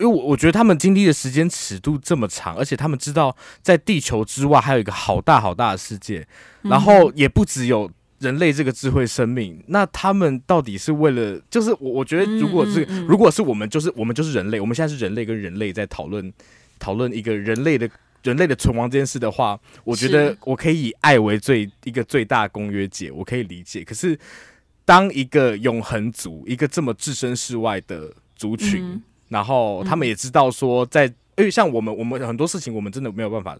Speaker 3: 因为我我觉得他们经历的时间尺度这么长，而且他们知道在地球之外还有一个好大好大的世界，然
Speaker 2: 嗯
Speaker 3: 后也不只有人类这个智慧生命。那他们到底是为了？就是我我觉得，如果是、
Speaker 2: 嗯嗯嗯
Speaker 3: 如果是我们，就是我们就是人类，我们现在是人类跟人类在讨论讨论一个人类的。人类的存亡这件事的话，我觉得
Speaker 2: 是
Speaker 3: 我可以以爱为最一个最大公约解，我可以理解。可是当一个永恒族，一个这么置身事外的族群，
Speaker 2: 嗯
Speaker 3: 然后他们也知道说在，因为像我们，我们很多事情我们真的没有办法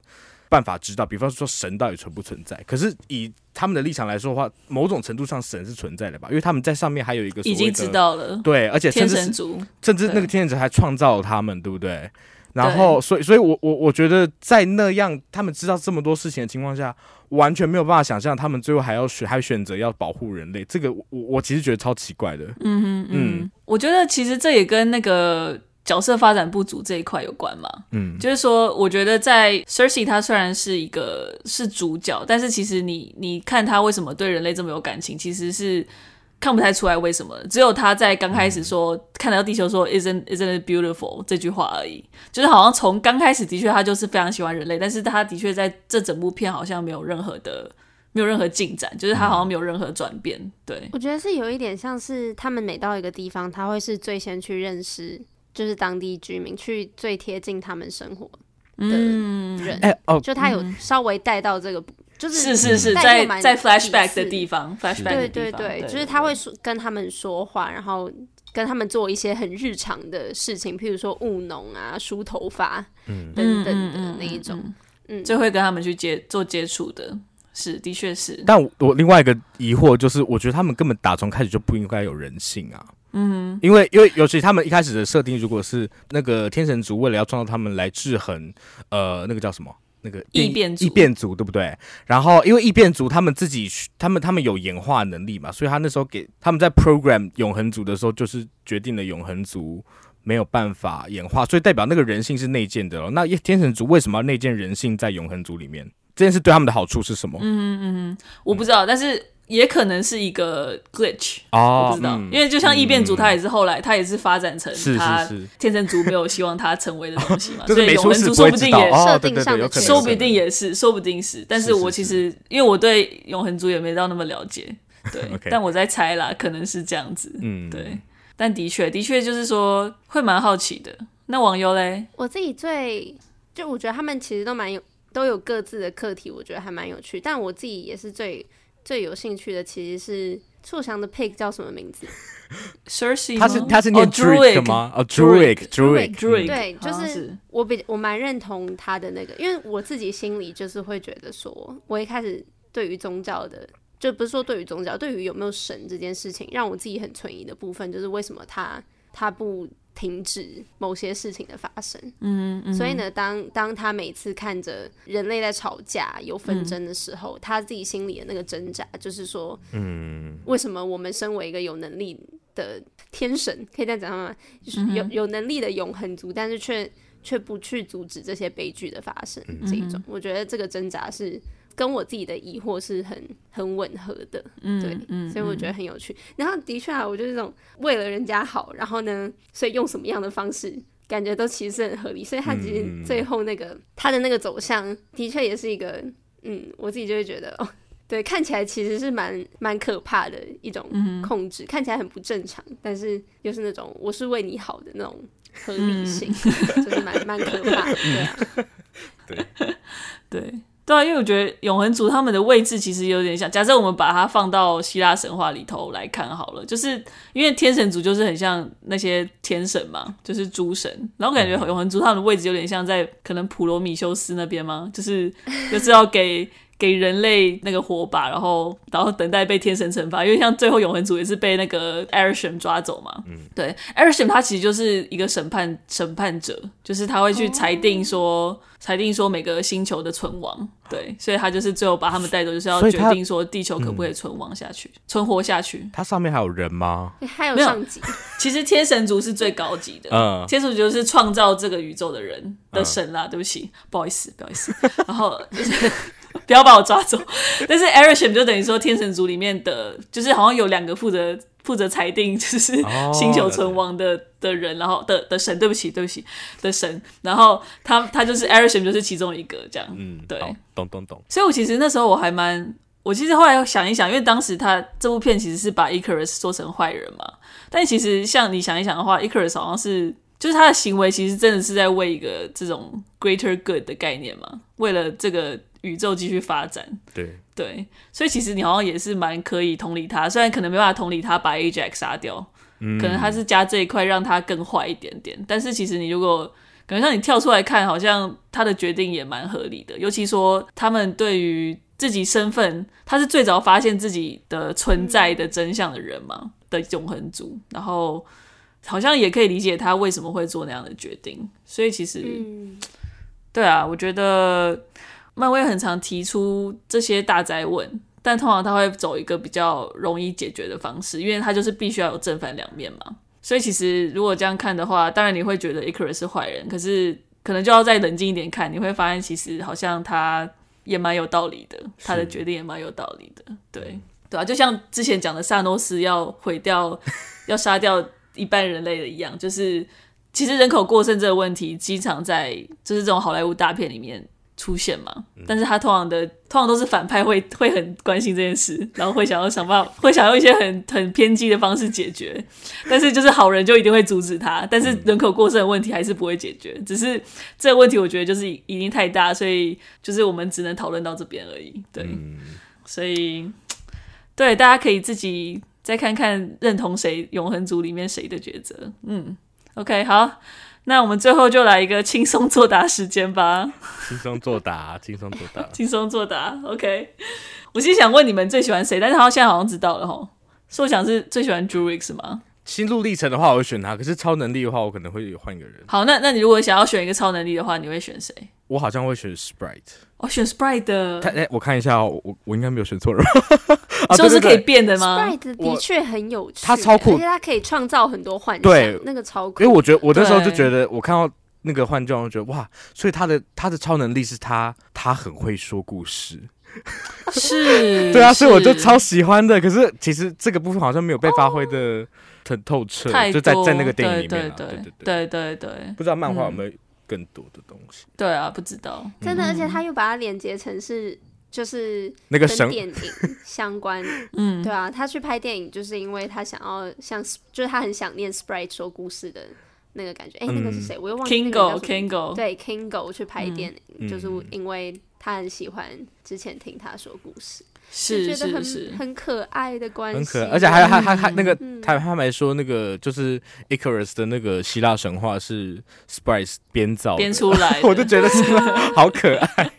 Speaker 3: 办法知道，比方说神到底存不存在。可是以他们的立场来说的话，某种程度上神是存在的吧，因为他们在上面还有一个所
Speaker 2: 已
Speaker 3: 谓的
Speaker 2: 经知道了，
Speaker 3: 对，而且甚
Speaker 2: 天
Speaker 3: 至
Speaker 2: 神
Speaker 3: 是
Speaker 2: 族，
Speaker 3: 甚至那个
Speaker 2: 对
Speaker 3: 天选者还创造了他们，对不对？然后，所以，所以我我我觉得，在那样他们知道这么多事情的情况下，完全没有办法想象他们最后还要选，还选择要保护人类。这个我我我其实觉得超奇怪的。
Speaker 2: 嗯嗯嗯
Speaker 3: 嗯，
Speaker 2: 我觉得其实这也跟那个角色发展不足这一块有关嘛。
Speaker 3: 嗯，
Speaker 2: 就是说，我觉得在 Cersei 她虽然是一个是主角，但是其实你你看她为什么对人类这么有感情，其实是看不太出来为什么的。只有她在刚开始说、看到地球说 “isn't isn't it beautiful” 这句话而已，就是好像从刚开始的确她就是非常喜欢人类，但是她的确在这整部片好像没有任何的没有任何进展，就是她好像没有任何转变。对，
Speaker 4: 我觉得是有一点像是他们每到一个地方，他会是最先去认识，就是当地居民，去最贴近他们生活的人，
Speaker 3: 哎、哦，
Speaker 4: 就他有稍微带到这个，就是
Speaker 2: 嗯是是是，
Speaker 4: 带
Speaker 2: 在
Speaker 4: 入蛮
Speaker 2: 在
Speaker 4: 多
Speaker 2: flashback
Speaker 4: 次
Speaker 2: 的地方，flashback 的地
Speaker 4: 对对
Speaker 2: 方，
Speaker 4: 对，就是他会说跟他们说话，然后跟他们做一些很日常的事情，譬如说务农啊、梳头发、等
Speaker 2: 嗯
Speaker 4: 等的那一种。嗯，
Speaker 2: 就会跟他们去接做接触的，是的确是，
Speaker 3: 但我我另外一个疑惑就是，我觉得他们根本打从开始就不应该有人性啊。嗯，因为因为尤其他们一开始的设定，如果是那个天神族为了要创造他们来制衡，呃，那个叫什么？那个
Speaker 2: 异变族
Speaker 3: 异变族对不对？然后因为异变族他们自己他们他们有演化能力嘛，所以他那时候给他们在 program 永恒族的时候，就是决定了永恒族没有办法演化，所以代表那个人性是内建的哦。那天神族为什么要内建人性在永恒族里面？这件事对他们的好处是什么？
Speaker 2: 我不知道，但是也可能是一个 glitch，
Speaker 3: 哦，
Speaker 2: 我不知道，
Speaker 3: 嗯
Speaker 2: 因为就像异变族，
Speaker 3: 嗯
Speaker 2: 它也是后来，它也是发展成
Speaker 3: 是是
Speaker 2: 它
Speaker 3: 是，
Speaker 2: 天生族没有希望它成为的东西嘛
Speaker 3: 就是
Speaker 2: 所以
Speaker 3: 没
Speaker 2: 永
Speaker 3: 出
Speaker 2: 恒
Speaker 3: 事
Speaker 2: 族
Speaker 3: 不
Speaker 2: 说
Speaker 3: 会
Speaker 2: 不定
Speaker 3: 知
Speaker 2: 也
Speaker 3: 道
Speaker 4: 是
Speaker 3: 哦，对
Speaker 4: 设定
Speaker 3: 对
Speaker 4: 上
Speaker 3: 对，
Speaker 4: 的
Speaker 3: 有可能，
Speaker 4: 缺
Speaker 2: 说
Speaker 4: 陷
Speaker 2: 不定也是，说不定是，但
Speaker 3: 是
Speaker 2: 是
Speaker 3: 是
Speaker 2: 我其实因为我对永恒族也没到那么了解，对
Speaker 3: OK
Speaker 2: 但我在猜啦，可能是这样子，
Speaker 3: 嗯
Speaker 2: 对，但的确，的确就是说会蛮好奇的。那网友嘞，
Speaker 4: 我自己最就我觉得他们其实都蛮有都有各自的课题，我觉得还蛮有趣。但我自己也是最最有兴趣的其实是触翔的 pig 叫什么名字？啊
Speaker 2: c e r s e
Speaker 3: 他是他是念 Druid 吗？哦
Speaker 2: Druid
Speaker 3: ，Druid
Speaker 2: Druid
Speaker 4: 对，就
Speaker 2: 好像
Speaker 4: 是
Speaker 2: 是
Speaker 4: 我比我蛮认同他的那个，因为我自己心里就是会觉得说，我一开始对于宗教的，就不是说对于宗教，对于有没有神这件事情，让我自己很存疑的部分，就是为什么他他不停止某些事情的发生。
Speaker 2: 嗯嗯，
Speaker 4: 所以呢，当当他每次看着人类在吵架、有
Speaker 2: 嗯
Speaker 4: 纷争的时候，他自己心里的那个挣扎，就是说，嗯，为什么我们身为一个有能力的天神，可以这样讲吗？
Speaker 2: 嗯
Speaker 4: 就是有有能力的永恒族，但是却却不去阻止这些悲剧的发生，这一种，我觉得这个挣扎是。跟我自己的疑惑是很很吻合的，
Speaker 2: 嗯
Speaker 4: 对，
Speaker 2: 嗯
Speaker 4: 所以我觉得很有趣。然后的确啊，我就是这种为了人家好，然后呢，所以用什么样的方式，感觉都其实是很合理。所以他其
Speaker 3: 嗯
Speaker 4: 实最后那个、他的那个走向，的确也是一个，嗯，我自己就会觉得 哦。对，看起来其实是蛮蛮可怕的一种控制，看起来很不正常，但是又是那种我是为你好的那种合理性，
Speaker 2: 嗯
Speaker 4: 就是蛮蛮可怕的。对啊，
Speaker 2: 对对啊，因为我觉得永恒族他们的位置其实有点像，假设我们把它放到希腊神话里头来看好了，就是因为天神族就是很像那些天神嘛，就是诸神，然后感觉永恒族他们的位置有点像在可能普罗米修斯那边吗？就是就是要给。给人类那个火把，然后然后等待被天神惩罚，因为像最后永恒族也是被那个 e r i s h a m 抓走嘛。嗯，对 e r i s h a m 他其实就是一个审判审判者，就是他会去裁定说、裁定说每个星球的存亡。对，所以他就是最后把他们带走，就是要
Speaker 3: 所以
Speaker 2: 决
Speaker 3: 他嗯
Speaker 2: 定说地球可不可以存亡下去、存活下去。
Speaker 3: 它上面还有人吗？
Speaker 4: 还有
Speaker 2: 没有
Speaker 4: 上集，
Speaker 2: 其实天神族是最高级的，
Speaker 3: 嗯
Speaker 2: 天神族就是创造这个宇宙的人的神啦。对不起，不好意思，不好意思。 然后就是不要把我抓走。 但是 e r i s h a m 就等于说天神族里面的，就是好像有两个负责负责裁定，就是
Speaker 3: 哦
Speaker 2: 星球存亡的的人，然后的的神，对不起，对不起的神。然后他他就是 e r i s h a m 就是其中一个这样。
Speaker 3: 嗯，
Speaker 2: 对
Speaker 3: 懂懂懂懂，
Speaker 2: 所以我其实那时候我还蛮，我其实后来想一想，因为当时他这部片其实是把 Icarus 做成坏人嘛，但其实像你想一想的话，Icarus 好像是就是他的行为其实真的是在为一个这种 greater good 的概念嘛，为了这个宇宙继续发展，
Speaker 3: 对，
Speaker 2: 对，所以其实你好像也是蛮可以同理他，虽然可能没办法同理他把 Ajax 杀掉，可能他是加这一块让他更坏一点点，但是其实你如果感觉让你跳出来看，好像他的决定也蛮合理的，尤其说他们对于自己身份，他是最早发现自己的存在的真相的人嘛的永恒族，然后好像也可以理解他为什么会做那样的决定，所以其实
Speaker 4: 嗯，
Speaker 2: 对啊，我觉得漫威很常提出这些大灾问，但通常他会走一个比较容易解决的方式，因为他就是必须要有正反两面嘛。所以其实如果这样看的话，当然你会觉得 Icarus 是坏人，可是可能就要再冷静一点看，你会发现其实好像他也蛮有道理的，他的决定也蛮有道理的，对对啊，就像之前讲的萨诺斯要毁掉、要杀掉一半人类的一样，就是其实人口过剩这个问题，经常在就是这种好莱坞大片里面出现嘛。但是他通常的通常都是反派会会很关心这件事，然后会想要想办法， 会想要一些很很偏激的方式解决。但是就是好人就一定会阻止他，但是人口过剩的问题还是不会解决。只是这个问题我觉得就是已已经太大，所以就是我们只能讨论到这边而已。对，所以对大家可以自己再看看认同谁永恒族里面谁的抉择。嗯，OK，好，那我们最后就来一个轻松作答时间吧，。
Speaker 3: 轻松作答，轻松作答
Speaker 2: 轻松作答。OK，我其实想问你们最喜欢谁，但是好像现在好像知道了吼。硕想是最喜欢 Jurix 吗？
Speaker 3: 心路历程的话，我会选他；可是超能力的话，我可能会换一个人。
Speaker 2: 好，那那你如果想要选一个超能力的话，你会选谁？
Speaker 3: 我好像会选 Sprite。
Speaker 2: 哦，选 Sprite 的
Speaker 3: 他，哎、我看一下、哦，我我应该没有选错人吧？ 啊
Speaker 2: 就
Speaker 3: 对
Speaker 2: 是
Speaker 3: 对
Speaker 2: 可以
Speaker 3: 对，
Speaker 2: 变的吗？
Speaker 4: Sprite 的
Speaker 3: 啊我
Speaker 4: 确很有趣，
Speaker 3: 它超酷
Speaker 4: 而且它可以创造很多幻想，
Speaker 3: 对
Speaker 4: 那个超酷。
Speaker 3: 因为我觉得我那时候就
Speaker 2: 对
Speaker 3: 觉得，我看到那个幻状，我觉得哇，所以他的他的超能力是他他很会说故事。
Speaker 2: 嗯 是，哦
Speaker 3: 对啊，所以我就是超喜欢的。可是其实这个部分好像没有被发挥的很透彻，
Speaker 2: 太
Speaker 3: 就在
Speaker 2: 多
Speaker 3: 在那个电影
Speaker 2: 对
Speaker 3: 里面、啊。
Speaker 2: 对
Speaker 3: 对
Speaker 2: 对嗯
Speaker 3: 对，
Speaker 2: 对对对
Speaker 3: 不知道漫画有没有更多的东西？
Speaker 2: 对啊，不知道。
Speaker 4: 真的，而且它又把它连接成是就是
Speaker 3: 那个神
Speaker 4: 跟电影相关，
Speaker 2: 嗯
Speaker 4: 对啊，他去拍电影就是因为他想要像，就是他很想念 Sprite 说故事的那个感觉。哎、
Speaker 3: 嗯
Speaker 4: 那个是谁？我又忘记那个叫什么。
Speaker 2: ，Kingo，Kingo，
Speaker 4: 对，Kingo 去拍电影，
Speaker 3: 嗯
Speaker 4: 就是因为他很喜欢之前听他说故事，
Speaker 2: 是
Speaker 4: 就觉得
Speaker 2: 是
Speaker 4: 很
Speaker 2: 是，
Speaker 4: 很可爱的关系，
Speaker 3: 很可爱，而且还还还还那个
Speaker 4: 嗯
Speaker 3: 他他们还说那个就是 Icarus 的那个希腊神话是 Sprite 编造的
Speaker 2: 编，出来
Speaker 3: 我就
Speaker 2: 的，
Speaker 3: 觉得 是好可爱。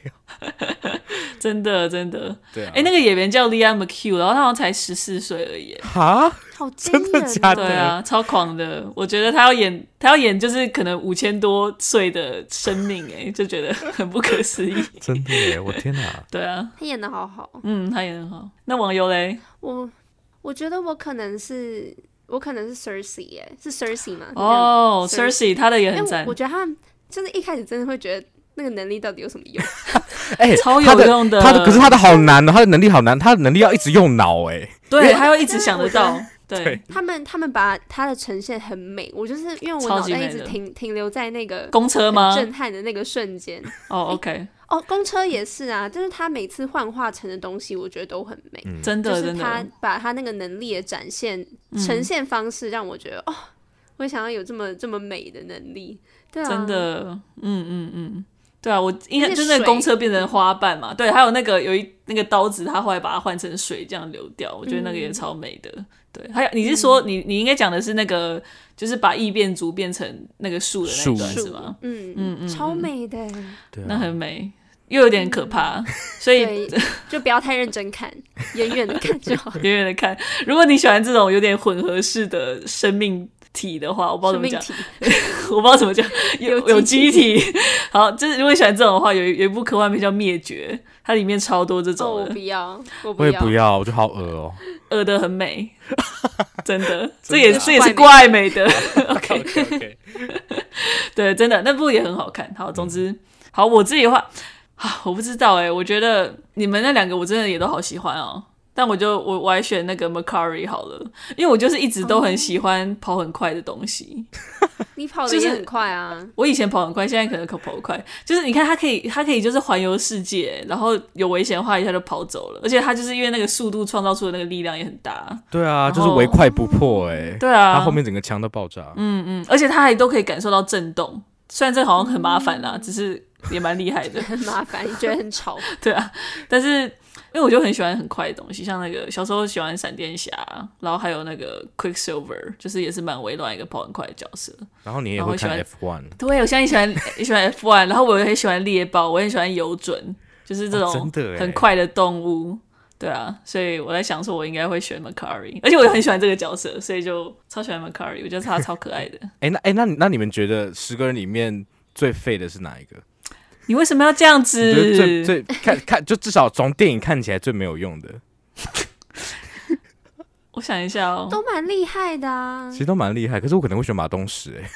Speaker 2: 真的真的。
Speaker 3: 对啊，
Speaker 2: 哎，那个演员叫 Leah McHugh，然后他好像才十四岁而
Speaker 3: 啊
Speaker 2: 已。
Speaker 3: 哈，
Speaker 4: 好惊
Speaker 3: 真的
Speaker 4: 人哦
Speaker 3: 假的
Speaker 2: 对啊，超狂的！我觉得他要演，他要演就是可能五千多岁的生命，哎，就觉得 很不可思议。
Speaker 3: 真的耶！我天哪，
Speaker 2: 对啊，
Speaker 4: 他演的好好，
Speaker 2: 嗯，他演得很好。那网游嘞？
Speaker 4: 我我觉得我可能是我可能是 Cersei 耶，是 Cersei 吗？
Speaker 2: 哦
Speaker 4: 这样
Speaker 2: ，Cersei 他的也
Speaker 4: 哎、
Speaker 2: 很
Speaker 4: 我
Speaker 2: 赞
Speaker 4: 我，觉得他就是一开始真的会觉得那个能力到底有什么 用？
Speaker 3: 哎，
Speaker 2: 超
Speaker 3: 他
Speaker 2: 有
Speaker 3: 的
Speaker 2: 用
Speaker 3: 他的可是他的好难哦，他的能力好难，他的能力要一直用脑哎。
Speaker 2: 对，他会一直想得
Speaker 4: 我觉得
Speaker 2: 到，对
Speaker 3: 对，
Speaker 4: 他们他们把他的呈现很美，我就是因为我
Speaker 2: 超
Speaker 4: 脑
Speaker 2: 级
Speaker 4: 袋一
Speaker 2: 美
Speaker 4: 直
Speaker 2: 的
Speaker 4: 停停留在那个
Speaker 2: 公车吗
Speaker 4: 很？震撼的那个瞬间。
Speaker 2: 哦，OK，
Speaker 4: 哦，公车也是啊，就是他每次幻化成的东西，我觉得都很美。
Speaker 2: 嗯真
Speaker 4: 就
Speaker 2: 的嗯
Speaker 4: 是
Speaker 2: 真
Speaker 4: 他
Speaker 2: 的，
Speaker 4: 把他那个能力的展现、呈现方式，让我觉得哦，我也想要有这么这么美的能力。对啊，
Speaker 2: 真的，嗯嗯嗯，对啊，我印象
Speaker 4: 而且
Speaker 2: 就是那个
Speaker 4: 水嗯
Speaker 2: 公车变成花瓣嘛，对，还有那个有一那个刀子，他后来把它换成水这样流掉，我觉得那个
Speaker 4: 嗯
Speaker 2: 也超美的。对，还有你是说、你你应该讲的是那个，就是把异变族变成那个树的那一段
Speaker 3: 树
Speaker 2: 是吗？
Speaker 4: 嗯嗯嗯，超美的，
Speaker 3: 对啊
Speaker 2: 那很美，又有点可怕，所以
Speaker 4: 嗯对，就不要太认 真看，远远的看就好。
Speaker 2: 远远的看。如果你喜欢这种有点混合式的生命体的话，我不知道怎
Speaker 4: 生
Speaker 2: 么讲，
Speaker 4: 命体，
Speaker 2: 我不知道怎么讲，有
Speaker 4: 有
Speaker 2: 有
Speaker 4: 机
Speaker 2: 机体。 好，就是如果喜欢这种的话，有一有一部科幻片叫《灭绝》，它里面超多这
Speaker 4: 哦，
Speaker 2: 种
Speaker 4: 我
Speaker 2: 的
Speaker 4: 不，要，我
Speaker 3: 我也不要，我就好恶哦。
Speaker 2: 恶的很 美，真的，这也这也是
Speaker 4: 怪
Speaker 2: 怪美的。
Speaker 3: OK OK，
Speaker 2: 对，真的那部也很好看。好，总之，好，我自己的话啊，我不知道哎、我觉得你们那两个我真的也都好喜欢哦。但我就我我还选那个 Macari 好了，因为我就是一直都很喜欢跑很快的东西。
Speaker 4: 你跑的
Speaker 2: 就
Speaker 4: 也
Speaker 2: 是
Speaker 4: 很快啊，
Speaker 2: 我以前跑很快，现在可能可跑不快。就是你看，它可以，它可以就是环游世界，然后有危险的话一下就跑走了。而且它就是因为那个速度创造出的那个力量也很大，
Speaker 3: 对啊，就是唯快不破哎。
Speaker 2: 对啊。
Speaker 3: 他后面整个枪都爆炸。
Speaker 2: 嗯，而且它还都可以感受到震动。虽然这好像很麻烦啦，只是也蛮厉害
Speaker 3: 嗯
Speaker 2: 的。
Speaker 4: 很麻烦，你觉得 很吵。
Speaker 2: 对啊，但是因为我就很喜欢很快的东西，像那个小时候喜欢闪电侠，然后还有那个 Quicksilver，就是也是蛮微乱一个跑很快的角色。
Speaker 3: 然后你也
Speaker 2: 然后
Speaker 3: 会
Speaker 2: 我喜
Speaker 3: 看
Speaker 2: 欢
Speaker 3: F one，
Speaker 2: 对，我现在也喜欢 也喜欢 F1，然后我也很喜欢猎豹，我也喜欢游准，就是这
Speaker 3: 哦真
Speaker 2: 种
Speaker 3: 的耶
Speaker 2: 很快的动物。对啊，所以我在想说，我应该会选 Macari，而且我也很喜欢这个角色，所以就超喜欢 Macari，我觉得他超可爱的。
Speaker 3: 哎，那哎那你那你们觉得十个人里面最废的是哪一个？
Speaker 2: 你为什么要这样
Speaker 3: 你觉得最
Speaker 2: 子？
Speaker 3: 最 看看就至少从电影看起来最没有用的，
Speaker 2: 我想一下哦，
Speaker 4: 都蛮厉害的啊
Speaker 3: 其。实都蛮厉害。可是我可能会选马东石哎、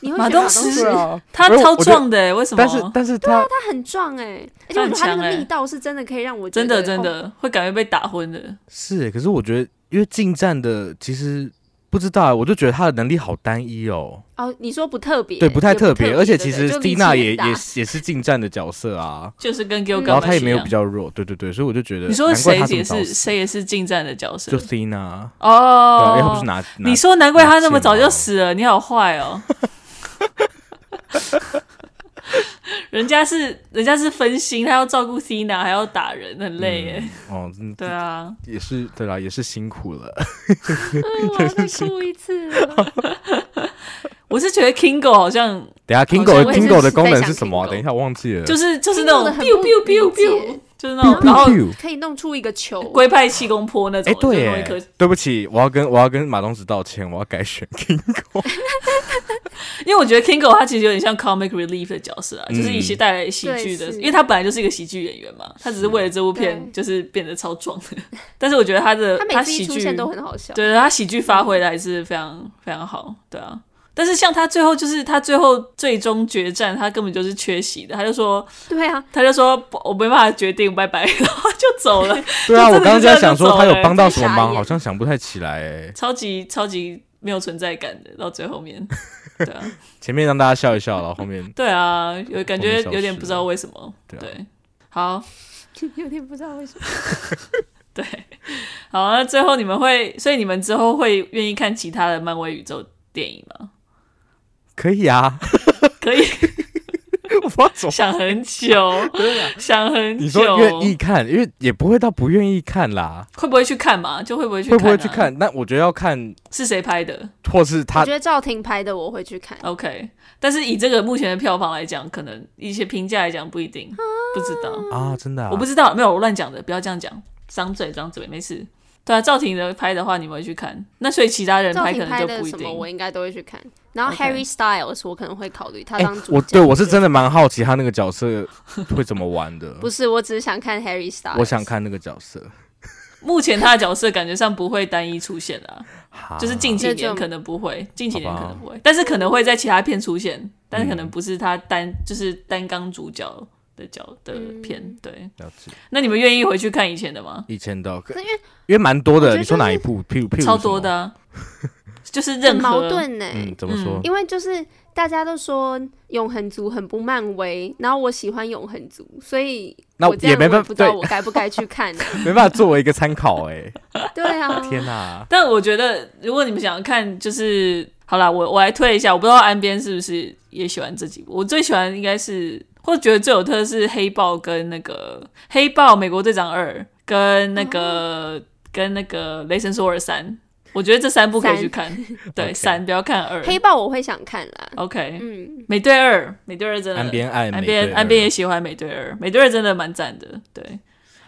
Speaker 4: 你会
Speaker 2: 马
Speaker 4: 觉得
Speaker 2: 东石
Speaker 4: 石
Speaker 2: 对
Speaker 3: 啊，
Speaker 2: 他超壮的欸耶，为什么？
Speaker 3: 但是但是他
Speaker 4: 他很壮哎、而且
Speaker 2: 他
Speaker 4: 我
Speaker 2: 很
Speaker 4: 觉得他那
Speaker 2: 强
Speaker 4: 个
Speaker 2: 欸
Speaker 4: 力道是真的可以让我觉
Speaker 2: 真
Speaker 4: 得
Speaker 2: 的真
Speaker 4: 哦
Speaker 2: 的、会感觉被打昏的。
Speaker 3: 是、欸，可是我觉得因为近战的其实不知道、欸，我就觉得他的能力好单一哦，
Speaker 4: 哦，你说不特别，
Speaker 3: 对，不太
Speaker 4: 就
Speaker 3: 特
Speaker 4: 别，
Speaker 3: 别，而且
Speaker 4: 对
Speaker 3: 其
Speaker 4: 对
Speaker 3: 实
Speaker 4: 就力
Speaker 3: 蒂
Speaker 4: 气
Speaker 3: 娜
Speaker 4: 很
Speaker 3: 也
Speaker 4: 大
Speaker 3: 也是也 是近战的角色啊，
Speaker 2: 就是跟 Gil
Speaker 3: 然后
Speaker 2: Gamesh
Speaker 3: 他也没有
Speaker 2: 一样
Speaker 3: 比较弱，对对对，所以我就觉得
Speaker 2: 你说
Speaker 3: 难怪
Speaker 2: 谁
Speaker 3: 他这么
Speaker 2: 也
Speaker 3: 早
Speaker 2: 是
Speaker 3: 死
Speaker 2: 谁也是近战的角色
Speaker 3: 就 Tina，对啊，因为他不
Speaker 2: 哦
Speaker 3: 是。拿拿
Speaker 2: 你说难怪他那么
Speaker 3: 拿剑
Speaker 2: 早就
Speaker 3: 吗
Speaker 2: 死了，你好 坏哦。人家是人家是分心，他要照顾 Tina，还要打人，很累耶。
Speaker 3: 哦，嗯
Speaker 2: 对啊，
Speaker 3: 也是对啦，也是辛苦了。
Speaker 4: 嗯我要再哭一次 了。
Speaker 2: 我是觉得 Kingo 好像
Speaker 3: 等一下
Speaker 4: 像我
Speaker 3: ，Kingo
Speaker 4: 也是
Speaker 3: Kingo 的
Speaker 4: 在
Speaker 3: 功能
Speaker 4: 想
Speaker 3: 是什么啊？
Speaker 4: ，Kingo
Speaker 3: 等一下，我忘记了。
Speaker 2: 就是就是
Speaker 4: Kingo
Speaker 2: 那
Speaker 4: 的
Speaker 2: 种
Speaker 4: 很
Speaker 2: biu
Speaker 4: 不
Speaker 2: biu biu
Speaker 4: 理解
Speaker 2: biu，就是那种，
Speaker 3: Pew
Speaker 2: 然后
Speaker 3: pew
Speaker 4: 可以弄出一个 球，
Speaker 2: 龟派气功坡那种，
Speaker 3: 哎，
Speaker 2: 就
Speaker 3: 对
Speaker 2: 弄一颗
Speaker 3: 耶，对不起，我要跟我要跟马东子道歉，我要改选 Kingo。
Speaker 2: 因为我觉得 Kingo 他其实有点像 comic relief 的角色啊，
Speaker 3: 嗯
Speaker 2: 就是一些带来喜剧的，
Speaker 4: 对是
Speaker 2: 因为他本来就是一个喜剧演员嘛，他只是为了这部片
Speaker 4: 对
Speaker 2: 就是变得超壮的。 但是我觉得他的
Speaker 4: 他每
Speaker 2: 他
Speaker 4: 次
Speaker 2: 喜
Speaker 4: 一出
Speaker 2: 剧
Speaker 4: 现都很好笑。
Speaker 2: 对他喜剧发挥的还是非常非常好，对啊。但是像他最后就是他最后最终决战，他根本就是缺席的，他就说
Speaker 4: 对啊，
Speaker 2: 他就说不我没办法决定，拜拜，然后就走了，
Speaker 3: 对啊，
Speaker 2: 就
Speaker 3: 我
Speaker 2: 真的
Speaker 3: 刚刚
Speaker 2: 是
Speaker 3: 就
Speaker 2: 这样
Speaker 3: 在想
Speaker 2: 就走
Speaker 3: 说他有
Speaker 2: 了
Speaker 3: 帮到什么
Speaker 4: 傻
Speaker 3: 忙，
Speaker 4: 眼
Speaker 3: 好像想不太起来哎。
Speaker 2: 超级超级没有存在感的，到最后面，对啊，
Speaker 3: 前面让大家笑一笑，然后后面
Speaker 2: 对啊，有感觉
Speaker 3: 后面消失
Speaker 2: 有点不知道为什么，
Speaker 3: 对啊
Speaker 2: 对，好，
Speaker 4: 有点不知道为什么。
Speaker 2: 对，好，那最后你们会，所以你们之后会愿意看其他的漫威宇宙电影吗？
Speaker 3: 可以啊。
Speaker 2: 可以
Speaker 3: 我不知道怎么
Speaker 2: 想很久，想很久，
Speaker 3: 你说愿意看，因为也不会到不愿意看啦，
Speaker 2: 会不会去看嘛？就会不会去
Speaker 3: 会
Speaker 2: 看、
Speaker 3: 不
Speaker 2: 啊
Speaker 3: 会去？看？那我觉得要看，
Speaker 2: 是谁拍的
Speaker 3: 或是他
Speaker 4: 我觉得赵婷拍的我会去看，
Speaker 2: ？OK，但是以这个目前的票房来讲，可能一些评价来讲不一定，不知道，
Speaker 3: 啊，真的啊，
Speaker 2: 我不知道，没有我乱讲的，不要这样讲，张嘴张嘴，没事。对啊，赵婷的拍的话，你们会去看，那所以其他人
Speaker 4: 赵
Speaker 2: 拍
Speaker 4: 婷
Speaker 2: 可能
Speaker 4: 拍
Speaker 2: 就
Speaker 4: 的
Speaker 2: 不一
Speaker 4: 什么我
Speaker 2: 定。
Speaker 4: 应该都会去看。然后
Speaker 2: OK
Speaker 4: Harry Styles 我可能会考虑他
Speaker 3: 哎
Speaker 4: 当主角。，
Speaker 3: 我对我是真的蛮好奇他那个角色会怎么玩的
Speaker 4: 不是，啊我只是想看 Harry Styles。
Speaker 3: 我想看那个角色，
Speaker 2: 目前他的角色感觉上不会单一出现啊，
Speaker 3: 哈
Speaker 2: 就是近几
Speaker 4: 那
Speaker 2: 年
Speaker 4: 就
Speaker 2: 可能不会，近几年
Speaker 3: 好吧
Speaker 2: 可能不会，但是可能会在其他片出现，但是可能不是他单、就是单纲主角的角的片。
Speaker 4: 嗯
Speaker 2: 对，
Speaker 3: 了解
Speaker 2: 那你们愿意回去看以前的吗？
Speaker 3: 以前都可，
Speaker 4: 是因
Speaker 3: 为因为蛮多
Speaker 4: 我觉
Speaker 3: 的，
Speaker 4: 得
Speaker 3: 你说
Speaker 4: 就是
Speaker 3: 哪一部？譬如譬如
Speaker 2: 超
Speaker 3: 什么
Speaker 2: 多的，啊， 就是任
Speaker 4: 很
Speaker 2: 何
Speaker 4: 矛盾呢、
Speaker 3: 嗯，怎么说？
Speaker 4: 因为就是大家都说永恒族很不漫威，然后我喜欢永恒族，所以
Speaker 3: 那
Speaker 4: 我这
Speaker 3: 也
Speaker 4: 样
Speaker 3: 没办
Speaker 4: 我不知道
Speaker 3: 对
Speaker 4: 我该不该去看、 欸。
Speaker 3: 没办法作为一个参考，哎，
Speaker 4: 对啊，
Speaker 3: 天 哪，
Speaker 2: 但我觉得，如果你们想要看，就是好啦，我我来推一下，我不知道岸边是不是也喜欢这几部。我最喜欢应该是，或者觉得最有特色是《黑豹》跟那个《黑豹：美国队长二》跟那个、
Speaker 4: 哦
Speaker 2: 跟那个《雷神索尔三》，我觉得这三部可以去看。对，
Speaker 3: OK
Speaker 2: 三不要看二。
Speaker 4: 黑豹我会想看啦。
Speaker 2: OK，
Speaker 4: 嗯，
Speaker 2: 美队二，美队二真的
Speaker 3: 岸边爱，
Speaker 2: 岸
Speaker 3: 哎美队
Speaker 2: 边
Speaker 3: 二
Speaker 2: 岸边也喜欢美队二，美队二真的蛮赞的。对，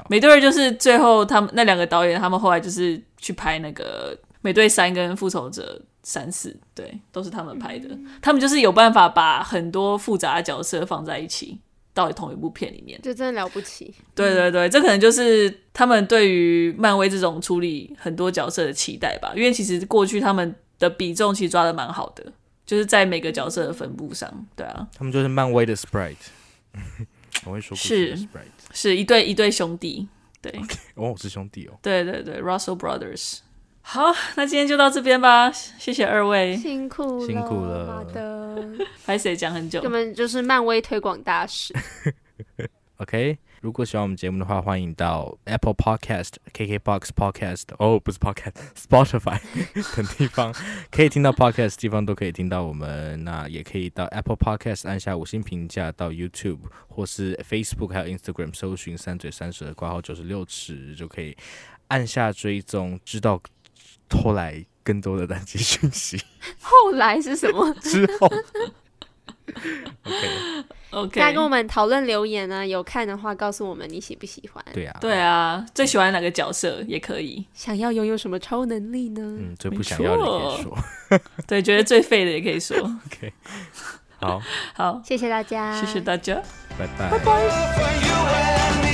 Speaker 2: 美队二就是最后他们那两个导演，他们后来就是去拍那个美队三跟复仇者三四，对，都是他们拍的。他们就是有办法把很多复杂的角色放在一起。到同一部片里面，
Speaker 4: 就真的了不起。
Speaker 2: 对对对，这可能就是他们对于漫威这种处理很多角色的期待吧。因为其实过去他们的比重其实抓的蛮好的，就是在每个角色的分布上，对啊。
Speaker 3: 他们就是漫威的 Sprite，我会说故事的
Speaker 2: 是
Speaker 3: Sprite，
Speaker 2: 是一对一对兄弟，对
Speaker 3: 哦，是兄弟哦。
Speaker 2: 对对对，Russell Brothers。好，那今天就到这边吧，谢谢二位，
Speaker 4: 辛苦了，
Speaker 3: 辛苦了
Speaker 4: 好的，
Speaker 2: 拍谁讲很久
Speaker 4: 根，本就是漫威推广大使。
Speaker 3: OK，如果喜欢我们节目的话，欢迎到 Apple Podcast、KKBox Podcast，哦，不是 Podcast、Spotify 等地方可以听到 Podcast 地方都可以听到我们。那也可以到 Apple Podcast 按下五星评价，到 YouTube 或是 Facebook 还有 Instagram 搜寻“三嘴三舌”挂号九十六尺就可以按下追踪，知道后来更多的单机讯息。
Speaker 4: 后来是什么？
Speaker 3: 之后，OK，
Speaker 2: OK，
Speaker 4: 大家跟我们讨论留言啊，有看的话告诉我们你喜不喜欢，
Speaker 3: 对啊，
Speaker 2: 对，啊，最喜欢哪个角色也可以，
Speaker 4: 想要拥有什么超能力呢？
Speaker 3: 嗯，最不
Speaker 2: 没
Speaker 3: 想要的也可
Speaker 2: 错
Speaker 3: 以说。
Speaker 2: 对，觉得最废的也可以说。
Speaker 3: OK，好，
Speaker 2: 好，
Speaker 4: 谢谢大家，
Speaker 2: 谢谢大家。
Speaker 3: 拜拜。
Speaker 5: for you and me.